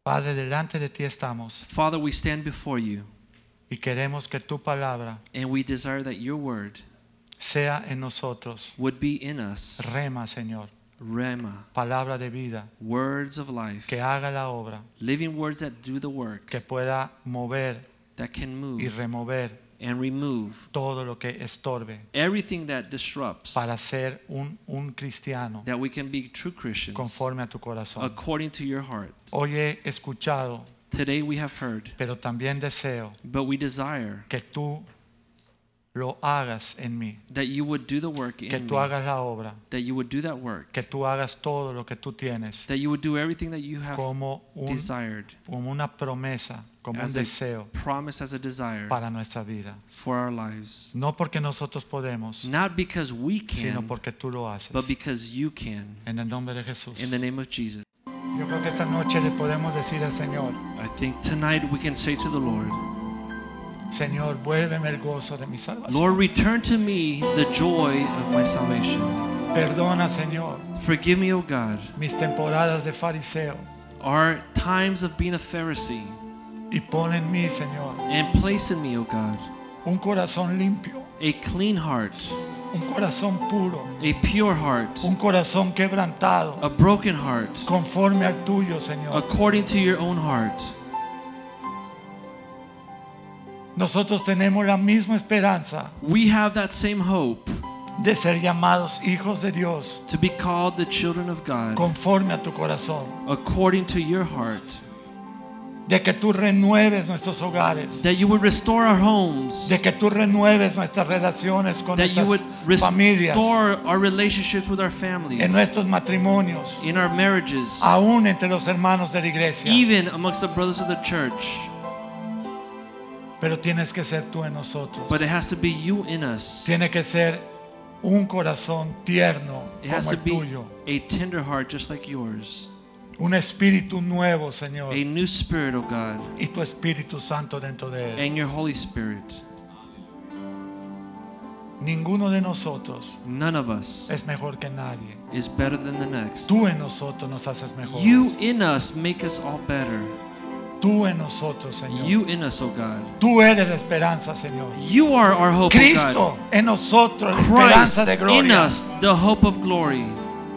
S1: Padre, delante de ti estamos
S2: Father, we stand before you,
S1: y queremos que tu palabra
S2: and we desire that your word
S1: sea en nosotros.
S2: would be in us.
S1: Rema, Señor,
S2: Rema,
S1: palabra de vida,
S2: words of life,
S1: que haga la obra,
S2: living words that do the work,
S1: que pueda mover
S2: that can
S1: y
S2: move
S1: remover
S2: and remove
S1: todo lo que estorbe
S2: everything that disrupts,
S1: para ser un, un cristiano
S2: that we can be true Christians
S1: conforme a tu corazón.
S2: according to your heart.
S1: Hoy he escuchado,
S2: Today we have heard,
S1: pero también deseo
S2: but we desire
S1: que tú lo hagas en mí,
S2: that you would do the work
S1: que
S2: in
S1: tú
S2: me,
S1: hagas la obra,
S2: that you would do that work,
S1: que tú hagas todo lo que tú tienes
S2: that you would do everything that you have
S1: como un
S2: desired,
S1: como una promesa, como un
S2: As a-
S1: deseo
S2: promised as a desire
S1: para nuestra vida.
S2: for our lives.
S1: No porque nosotros podemos,
S2: Not because we
S1: sino
S2: can,
S1: porque tú lo haces.
S2: but because you can.
S1: En el nombre de Jesús.
S2: In the name of Jesus.
S1: Yo creo que esta noche le podemos decir al Señor,
S2: I think tonight we can say to the Lord,
S1: Señor, vuélveme el gozo de mi salvación.
S2: Lord, return to me the joy of my salvation.
S1: Perdona, Señor,
S2: Forgive me, O God,
S1: mis temporadas de fariseo
S2: our times of being a Pharisee,
S1: y pon en mí, Señor,
S2: and place in me, O God,
S1: un corazón limpio,
S2: a clean heart,
S1: un corazón puro,
S2: a pure heart,
S1: un corazón quebrantado,
S2: a broken heart,
S1: conforme al tuyo, Señor.
S2: according to your own heart.
S1: Nosotros tenemos la misma esperanza
S2: We have that same hope
S1: de ser llamados hijos de Dios,
S2: to be called the children of God,
S1: conforme a tu corazón,
S2: according to your heart.
S1: de que tú renueves nuestros hogares,
S2: That you would restore our homes.
S1: de que tú renueves nuestras relaciones con
S2: That you
S1: nuestras
S2: would restore
S1: familias,
S2: our relationships with our families.
S1: en nuestros matrimonios,
S2: in our marriages.
S1: aún entre los hermanos de la iglesia.
S2: Even amongst the brothers of the church.
S1: Pero tienes que ser tú en nosotros.
S2: But it has to be you in us.
S1: Tiene que ser un corazón tierno
S2: It has
S1: como
S2: to
S1: el
S2: be
S1: tuyo.
S2: a tender heart just like yours.
S1: Un espíritu nuevo, Señor.
S2: A new spirit, O God,
S1: Y tu Espíritu Santo dentro de él.
S2: and your Holy Spirit.
S1: Ninguno de nosotros
S2: None of us
S1: es mejor que nadie.
S2: is better than the next.
S1: Tú en nosotros nos haces mejores.
S2: You in us make us all better.
S1: Tú en nosotros, Señor.
S2: You in us, O God.
S1: Tú eres la esperanza, Señor.
S2: You are our hope, O God.
S1: Cristo en nosotros, la
S2: Christ
S1: esperanza de
S2: in
S1: gloria.
S2: us, the hope of glory.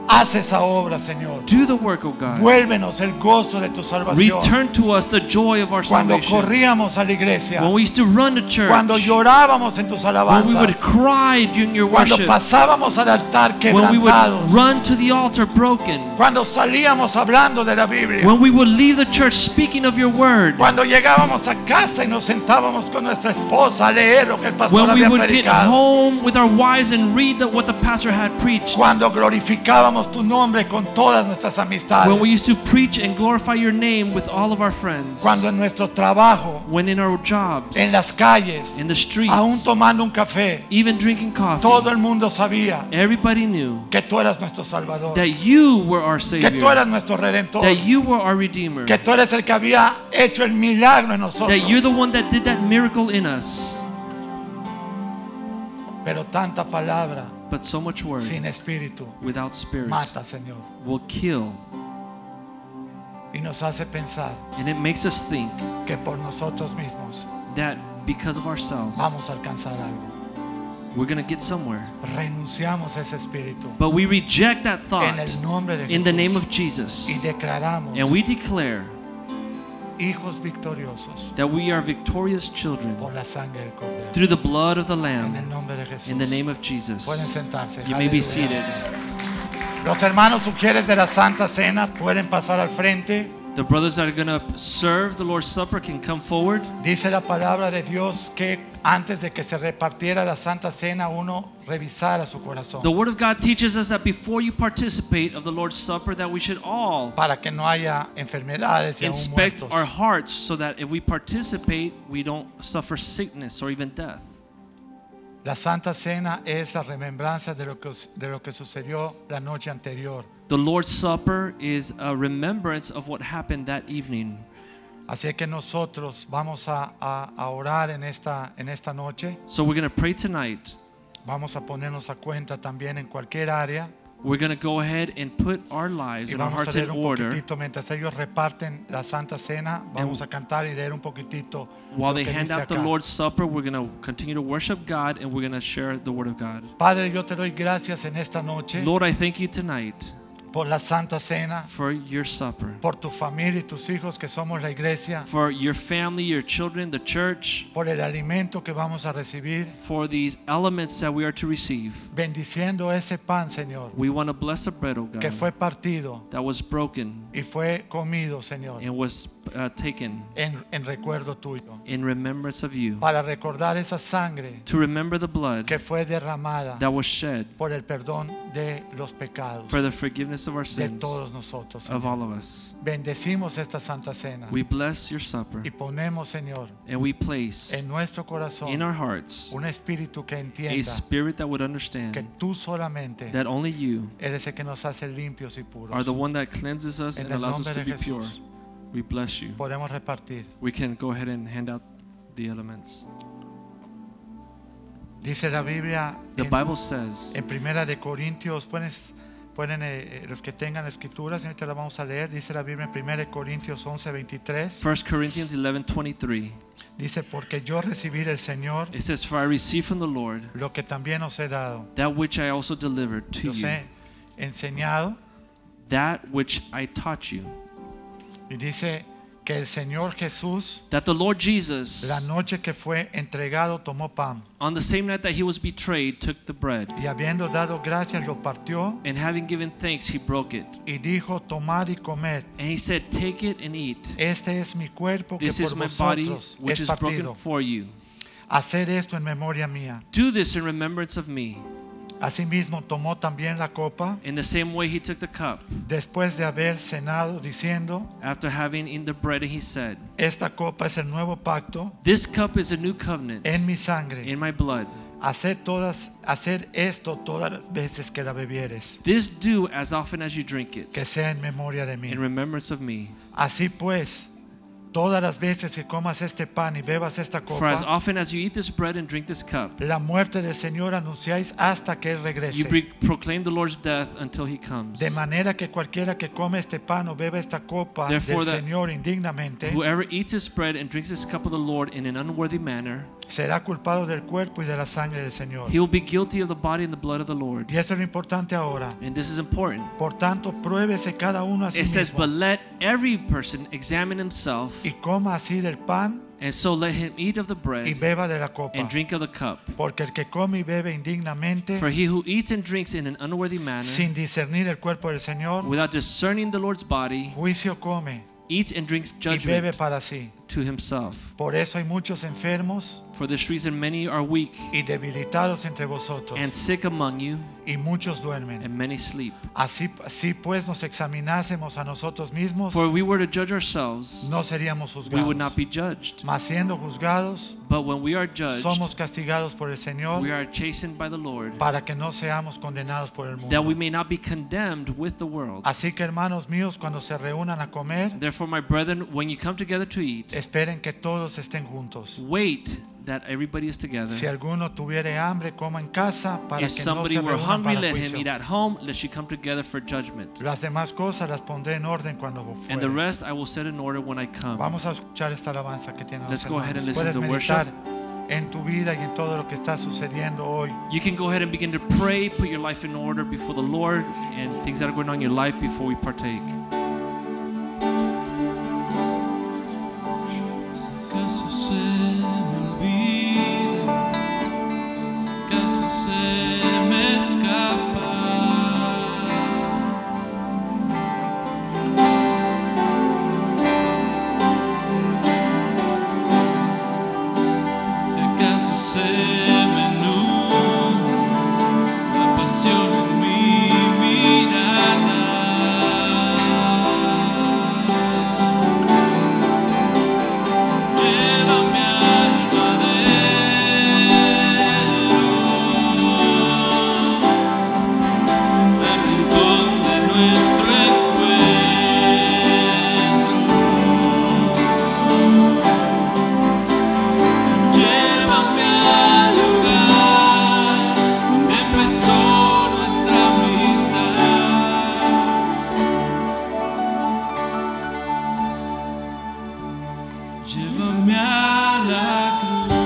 S1: Haz esa obra, Señor.
S2: Do the work, O God.
S1: Vuélvenos el gozo de tu salvación.
S2: Return to us the joy of our
S1: Cuando
S2: salvation.
S1: corríamos a la iglesia,
S2: When we used to run to church,
S1: cuando llorábamos en tus
S2: when we would
S1: alabanzas,
S2: cry during your
S1: cuando
S2: worship,
S1: pasábamos al altar
S2: when we would
S1: quebrantados,
S2: run to the altar broken,
S1: cuando salíamos hablando de la Biblia,
S2: when we would leave the church speaking of your word,
S1: cuando llegábamos a casa y nos sentábamos con nuestra esposa a leer lo que el pastor
S2: when we
S1: había
S2: would get
S1: predicado,
S2: home with our wives and read the, what the pastor had preached,
S1: cuando glorificábamos tu nombre con todas nuestras amistades,
S2: when we used to preach and glorify your name with all of our friends,
S1: cuando en nuestro trabajo,
S2: when in our jobs,
S1: en las calles,
S2: in the streets,
S1: aún tomando un café,
S2: even drinking coffee,
S1: todo el mundo sabía
S2: everybody knew
S1: que tú eras nuestro Salvador,
S2: that you were our
S1: que tú
S2: Savior,
S1: eras nuestro Redentor.
S2: that you were our Redeemer,
S1: que tú eres el que había hecho el milagro en
S2: that you're
S1: nosotros.
S2: the one that did that miracle in us.
S1: Pero tanta palabra
S2: But so much word
S1: sin espíritu
S2: without spirit
S1: mata, Señor,
S2: will kill,
S1: y nos hace pensar
S2: and it makes us think
S1: que por nosotros mismos
S2: that because of ourselves,
S1: vamos a alcanzar algo.
S2: we're going to get somewhere.
S1: Renunciamos a ese espíritu
S2: But we reject that
S1: en
S2: thought
S1: el nombre de
S2: in the name
S1: Jesús
S2: of
S1: y
S2: Jesus.
S1: declaramos
S2: And we declare
S1: hijos victoriosos
S2: that we are victorious children
S1: por la sangre del Cordero.
S2: through the blood of the
S1: En el
S2: Lamb
S1: nombre de Jesús.
S2: in the name of
S1: Pueden
S2: Jesus.
S1: sentarse.
S2: You may be
S1: Aleluya.
S2: seated.
S1: Los hermanos sugieres de la Santa Cena pueden pasar al frente.
S2: The brothers that are going to serve the Lord's Supper can come forward.
S1: Dice la palabra de Dios que antes de que se repartiera la Santa Cena uno revisara su corazón
S2: The Word of God teaches us that before you participate of the Lord's Supper that we should all
S1: para que no haya enfermedades y aún
S2: inspect
S1: muertos.
S2: our hearts so that if we participate, we don't suffer sickness or even death.
S1: La Santa Cena es la remembranza de lo que, de lo que sucedió la noche anterior.
S2: The Lord's Supper is a remembrance of what happened that evening.
S1: Así que nosotros vamos a, a- a orar en esta, en esta noche.
S2: So we're going to pray tonight.
S1: Vamos a ponernos a cuenta también en cualquier área.
S2: We're going to go ahead and put our lives
S1: Y
S2: and our
S1: vamos a
S2: hearts in
S1: leer un
S2: order
S1: poquitito mientras ellos reparten la Santa Cena. Vamos a cantar y leer un poquitito.
S2: while
S1: lo
S2: they
S1: que
S2: hand
S1: dice
S2: out the
S1: acá.
S2: Lord's Supper. We're going to continue to worship God and we're going to share the Word of God.
S1: Padre, yo te doy gracias en esta noche
S2: Lord, I thank you tonight
S1: por la Santa Cena,
S2: for your supper,
S1: por tu familia y tus hijos que somos la iglesia,
S2: for your family, your children, the church,
S1: por el alimento que vamos a recibir,
S2: for these elements that we are to receive.
S1: bendiciendo ese pan, Señor,
S2: We want to bless the bread, O God,
S1: que fue partido
S2: that was broken
S1: y fue comido, Señor,
S2: and was uh, taken
S1: en, en recuerdo tuyo,
S2: in remembrance of you.
S1: para recordar esa sangre
S2: To remember the blood
S1: que fue derramada
S2: that was shed
S1: por el perdón de los pecados
S2: for the forgiveness of our
S1: de
S2: sins,
S1: todos nosotros.
S2: of
S1: Señor.
S2: all of us.
S1: Bendecimos esta Santa Cena
S2: We bless your supper
S1: y ponemos, Señor,
S2: and we place
S1: en nuestro
S2: in
S1: corazón
S2: our hearts
S1: un espíritu que
S2: a
S1: entienda
S2: spirit that would
S1: que
S2: understand
S1: tú solamente
S2: that only you
S1: eres el que nos hace limpios y
S2: are
S1: puros.
S2: the one that cleanses us
S1: En
S2: and
S1: el
S2: allows us
S1: nombre
S2: to
S1: de
S2: be pure.
S1: Jesús.
S2: We bless you.
S1: Podemos repartir.
S2: We can go ahead and hand out the elements.
S1: Dice la Biblia
S2: The
S1: en-
S2: Bible says
S1: En primera de Corintios, pueden, pueden, eh, eh, los que tengan escrituras, ahorita la vamos a leer, dice la Biblia en primera de Corintios 11, 23,
S2: 1 Corinthians 11:23.
S1: dice, porque yo recibí del Señor
S2: It says for I received from the Lord
S1: lo que también os he dado.
S2: that which I also delivered to
S1: Los
S2: you,
S1: he enseñado
S2: that which I taught you,
S1: y dice que el Señor Jesús,
S2: that the Lord
S1: la
S2: Jesus
S1: noche que fue entregado, tomó pan
S2: on the same night that he was betrayed took the bread
S1: y habiendo dado gracias lo partió
S2: and having given thanks he broke it
S1: y dijo, tomad y comed.
S2: and he said take it and eat.
S1: Este es mi cuerpo que
S2: This
S1: por
S2: is my body
S1: vosotros
S2: which
S1: es
S2: is broken
S1: partido.
S2: for you.
S1: Hacer esto en memoria mía.
S2: Do this in remembrance of me.
S1: Asimismo tomó también la copa
S2: In the same way he took the cup
S1: después de haber cenado diciendo,
S2: after having eaten the bread and he said
S1: esta copa es el nuevo pacto
S2: This cup is a new covenant
S1: en mi sangre.
S2: in my blood.
S1: Hacer, todas, hacer esto todas las veces que la bebieres,
S2: This do as often as you drink it
S1: que sea en memoria de
S2: in
S1: mí.
S2: remembrance of me.
S1: Así pues, todas las veces que comas este pan y bebas esta
S2: For as
S1: copa,
S2: often as you eat this bread and drink this cup,
S1: la muerte del Señor anunciáis hasta que Él
S2: you
S1: regrese.
S2: pre- proclaim the Lord's death until he comes.
S1: De manera que cualquiera que come este pan o beba esta copa del
S2: Therefore that-
S1: Señor indignamente,
S2: Whoever eats this bread and drinks this cup of the Lord in an unworthy manner,
S1: será culpado del cuerpo y de la sangre del Señor.
S2: he will be guilty of the body and the blood of the Lord.
S1: Y eso es lo importante ahora.
S2: And this is important.
S1: Por tanto, pruébese cada uno a sí
S2: It says,
S1: mismo
S2: But let every person examine himself,
S1: y coma así del pan
S2: and so let him eat of the
S1: y
S2: bread
S1: beba de la copa.
S2: and drink of the cup.
S1: Porque el que come y bebe indignamente,
S2: For he who eats and drinks in an unworthy manner,
S1: sin discernir el cuerpo del Señor,
S2: without discerning the Lord's body,
S1: juicio come
S2: eats and drinks
S1: y bebe
S2: judgment
S1: para sí.
S2: to himself.
S1: Por eso hay muchos enfermos
S2: For this reason, many are weak
S1: y debilitados entre vosotros,
S2: and sick among you,
S1: y muchos duermen.
S2: and many sleep.
S1: Así, así pues nos examinásemos a nosotros mismos,
S2: For if we were to judge ourselves,
S1: no seríamos
S2: we would not
S1: juzgados.
S2: be judged.
S1: Mas siendo juzgados,
S2: But when we are judged,
S1: somos castigados por el Señor
S2: we are chastened by the Lord,
S1: para que no seamos condenados por el
S2: that
S1: mundo.
S2: we may not be condemned with the world.
S1: Así que hermanos míos, cuando se reúnan a comer,
S2: Therefore, my brethren, when you come together to eat,
S1: esperen que todos estén juntos.
S2: wait that everybody is together.
S1: Si alguno tuviere hambre, coma en casa para
S2: If
S1: que no
S2: somebody
S1: se
S2: were
S1: reúnan
S2: hungry,
S1: para
S2: let him eat
S1: juicio.
S2: at home, lest you come together for judgment.
S1: Las demás cosas las pondré en orden cuando
S2: And the
S1: fuere.
S2: rest I will set in order when I come.
S1: Vamos a escuchar esta alabanza que tienen los
S2: Let's go ahead and
S1: hermanos.
S2: listen
S1: Puedes
S2: to
S1: meditar en tu vida y en todo lo que está sucediendo hoy.
S2: You can go ahead and begin to pray, put your life in order before the Lord, and things that are going on in your life before we partake.
S3: Si acaso se me olvida, si acaso se me escapa, si acaso se me nubla la pasión en mi mirada. Llévame al madero, al rincón de nuestro encuentro. Llévame al lugar donde empezó nuestra amistad. Llévame a la cruz.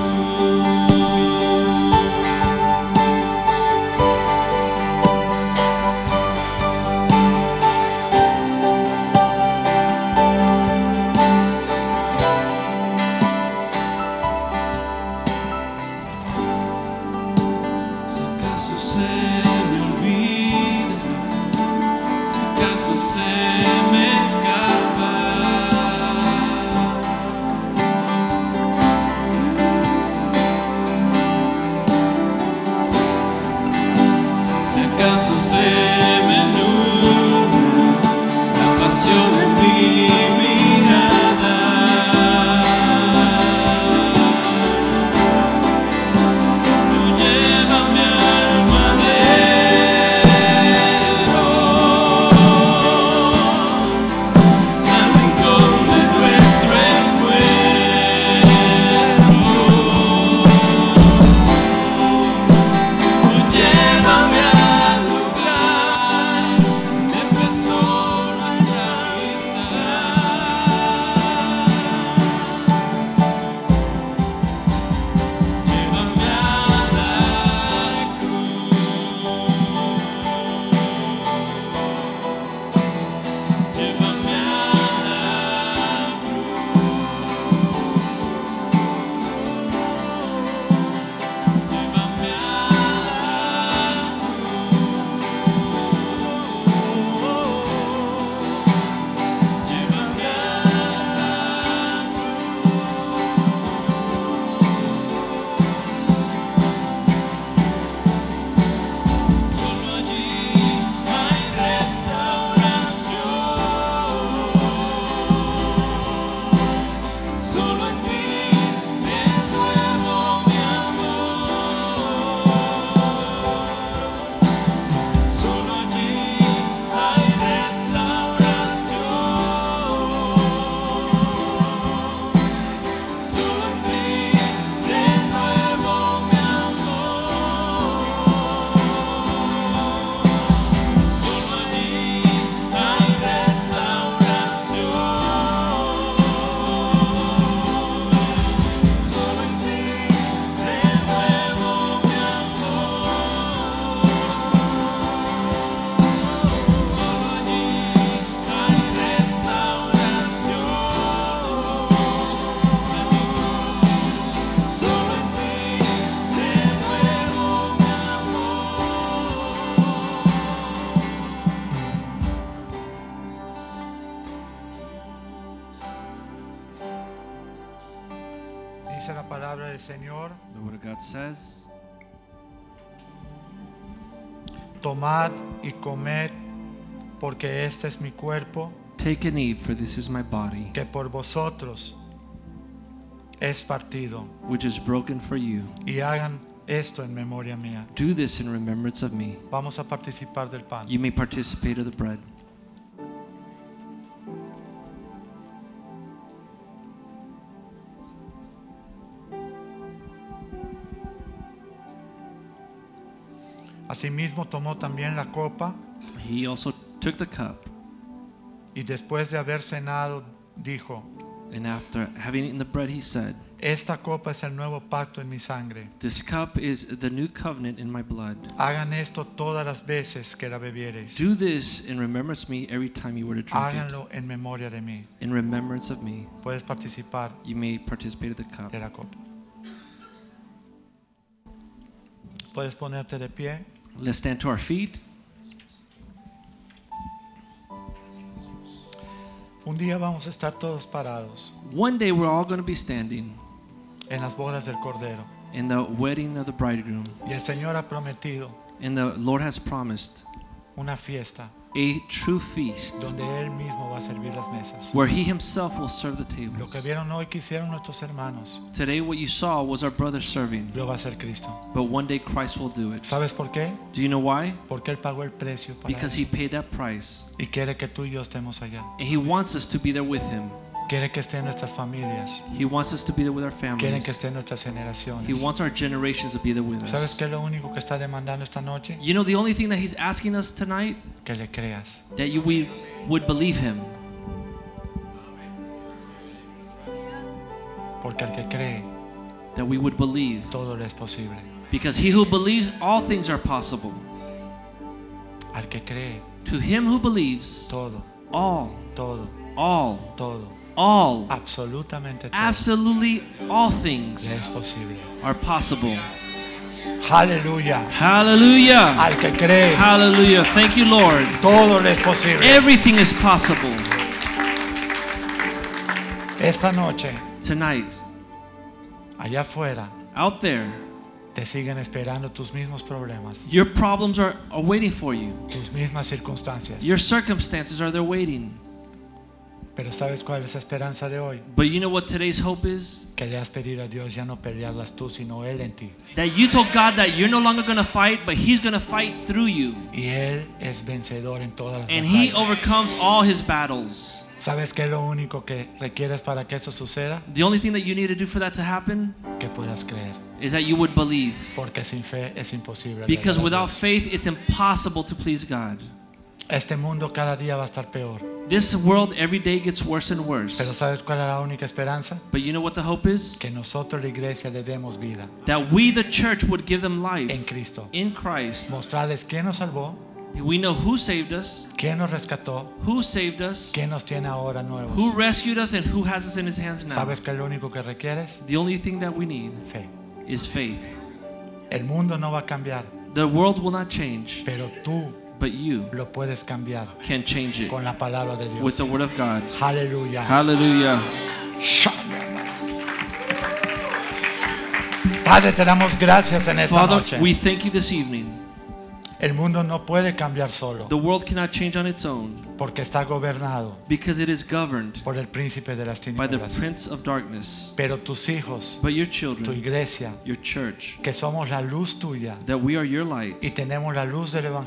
S3: Si acaso se me olvida, si acaso se me escapa. Si acaso se me nubla la pasión en mi mirada, tú llévame al madero, al rincón de nuestro encuentro.
S1: palabra del Señor,
S2: The Word of God says,
S1: tomad y comed, porque este es mi cuerpo,
S2: Take and eat, for this is my body,
S1: que por vosotros es partido,
S2: which is broken for you.
S1: y hagan esto en memoria mía.
S2: Do this in remembrance of me.
S1: Vamos a participar del pan.
S2: You may participate of the bread.
S1: Asimismo tomó también la copa
S2: He also took the cup,
S1: y después de haber cenado dijo,
S2: and after having eaten the bread, he said,
S1: esta copa es el nuevo pacto en mi sangre.
S2: This cup is the new covenant in my blood.
S1: Hagan esto todas las veces que la bebiereis.
S2: Do this in remembrance of me every time you were to drink it.
S1: Háganlo en memoria de mí.
S2: In remembrance of me,
S1: Puedes participar
S2: you may participate of the cup.
S1: de la copa. Puedes ponerte de pie.
S2: Let's stand to our feet.
S1: Un día vamos a estar todos parados
S2: One day we're all going to be standing
S1: en las bodas del Cordero.
S2: in the wedding of the bridegroom,
S1: Y el Señor ha prometido
S2: and the Lord has promised
S1: una fiesta
S2: a true feast
S1: donde Él mismo va a servir las mesas.
S2: where He Himself will serve the
S1: Lo que
S2: tables.
S1: vieron hoy que hicieron nuestros hermanos,
S2: Today, what you saw was our brother serving,
S1: lo va a hacer Cristo.
S2: but one day Christ will do it.
S1: ¿Sabes por qué?
S2: Do you know why?
S1: Porque Él pagó el precio para
S2: Because He
S1: eso.
S2: paid that price,
S1: y quiere que tú y yo estemos allá.
S2: and He wants us to be there with Him.
S1: Quiere que estén nuestras familias.
S2: He wants us to be there with our
S1: Quiere que
S2: families.
S1: estén nuestras
S2: He
S1: generaciones.
S2: wants our generations to be there with
S1: ¿Sabes
S2: us.
S1: qué es lo único que está demandando esta noche?
S2: You know, the only thing that He's asking us tonight
S1: Que le creas.
S2: that you we would believe Him,
S1: Porque al que cree,
S2: that we would believe.
S1: todo le es posible.
S2: Because he who believes, all things are possible.
S1: Al que cree,
S2: To him who believes,
S1: todo,
S2: all,
S1: todo,
S2: all,
S1: todo,
S2: all,
S1: absolutamente todo
S2: absolutely all
S1: le es
S2: things
S1: posible.
S2: are possible.
S1: Aleluya.
S2: Hallelujah!
S1: Al que cree,
S2: Hallelujah! Thank you, Lord.
S1: todo le es posible.
S2: Everything is possible
S1: Esta noche,
S2: tonight.
S1: allá afuera,
S2: Out there,
S1: te siguen esperando tus mismos problemas,
S2: your problems are, are waiting for you.
S1: tus mismas circunstancias.
S2: Your circumstances are there waiting.
S1: Pero ¿sabes cuál es la esperanza de hoy?
S2: But you know what today's hope is?
S1: Que le has pedido a Dios ya no pelearlas tú, sino Él en ti.
S2: That you told God that you're no longer going to fight, but He's going to fight through you.
S1: Y Él es vencedor en todas las
S2: And He
S1: batallas.
S2: overcomes all His battles.
S1: ¿Sabes qué es lo único que requieres para que eso suceda?
S2: The only thing that you need to do for that to happen
S1: Que puedas creer.
S2: is that you would believe.
S1: Porque sin fe es imposible.
S2: Because
S1: agradar a
S2: without
S1: Dios.
S2: faith, it's impossible to please God.
S1: Este mundo cada día va a estar peor.
S2: This world every day gets worse and
S1: Pero
S2: worse.
S1: ¿sabes cuál es la única esperanza?
S2: But you know what the hope is?
S1: Que nosotros, la iglesia, le demos vida
S2: That we, the church, would give them
S1: en
S2: life
S1: Cristo.
S2: in Christ.
S1: Mostrarles quién nos salvó,
S2: We know who saved us,
S1: quién nos rescató,
S2: who saved us,
S1: quién nos tiene ahora nuevos.
S2: who rescued us, and who has us in His hands now.
S1: ¿Sabes qué es lo único que requieres?
S2: The only thing that we need
S1: Fe.
S2: is faith.
S1: El mundo no va a cambiar,
S2: The world will not change,
S1: pero tú
S2: but you
S1: lo puedes cambiar
S2: can change it
S1: con la palabra de
S2: with
S1: Dios.
S2: the Word of God.
S1: Aleluya.
S2: Hallelujah.
S1: Padre, te damos gracias en esta
S2: Father,
S1: noche.
S2: we thank you this evening.
S1: El mundo no puede cambiar solo
S2: The world cannot change on its own
S1: porque está gobernado
S2: because it is governed
S1: por el príncipe de las
S2: by the
S1: tinieblas.
S2: prince of darkness.
S1: Pero tus hijos,
S2: But your
S1: tu
S2: children,
S1: iglesia,
S2: your church,
S1: que somos la luz tuya
S2: that we are your
S1: y
S2: light
S1: tenemos la luz del
S2: and we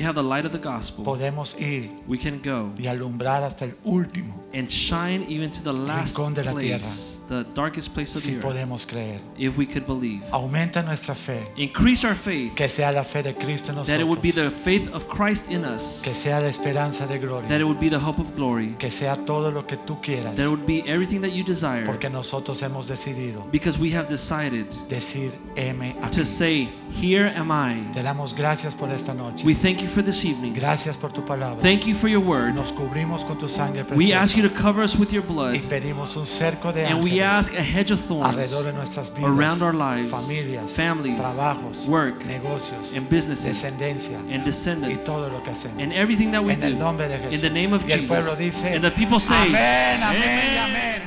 S1: evangelio,
S2: have the light of the gospel,
S1: podemos ir
S2: we can go
S1: y alumbrar hasta el último
S2: and shine even to the last
S1: Rincón de la
S2: place, the darkest place of
S1: si
S2: the earth,
S1: podemos creer.
S2: if we could believe.
S1: Aumenta nuestra fe,
S2: Increase our faith,
S1: que sea la fe de Cristo en
S2: that it would be
S1: nosotros,
S2: the faith of Christ in
S1: que
S2: us,
S1: sea la esperanza de
S2: that it
S1: gloria,
S2: would be the hope of glory,
S1: que sea todo lo que tú quieras,
S2: that it would be everything that you desire,
S1: porque nosotros hemos decidido
S2: because we have decided
S1: decir M a
S2: to
S1: ti.
S2: say, Here am I.
S1: Te damos gracias por esta noche.
S2: We thank you for this evening.
S1: Gracias por tu palabra.
S2: Thank you for your word.
S1: Nos cubrimos con tu sangre
S2: We ask you
S1: preciosa
S2: to cover us with your
S1: y
S2: blood,
S1: pedimos un cerco de
S2: and we
S1: ángeles
S2: ask a hedge of thorns
S1: alrededor de nuestras
S2: around our
S1: vidas,
S2: lives,
S1: familias,
S2: families,
S1: trabajos,
S2: work,
S1: negocios,
S2: and businesses
S1: descendencia
S2: and
S1: y
S2: descendants
S1: todo lo que hacemos.
S2: and everything that we
S1: En
S2: do
S1: el nombre de
S2: in
S1: Jesús.
S2: the name of
S1: Y el pueblo
S2: Jesus.
S1: dice,
S2: And the people say,
S1: amén, amén, y amén.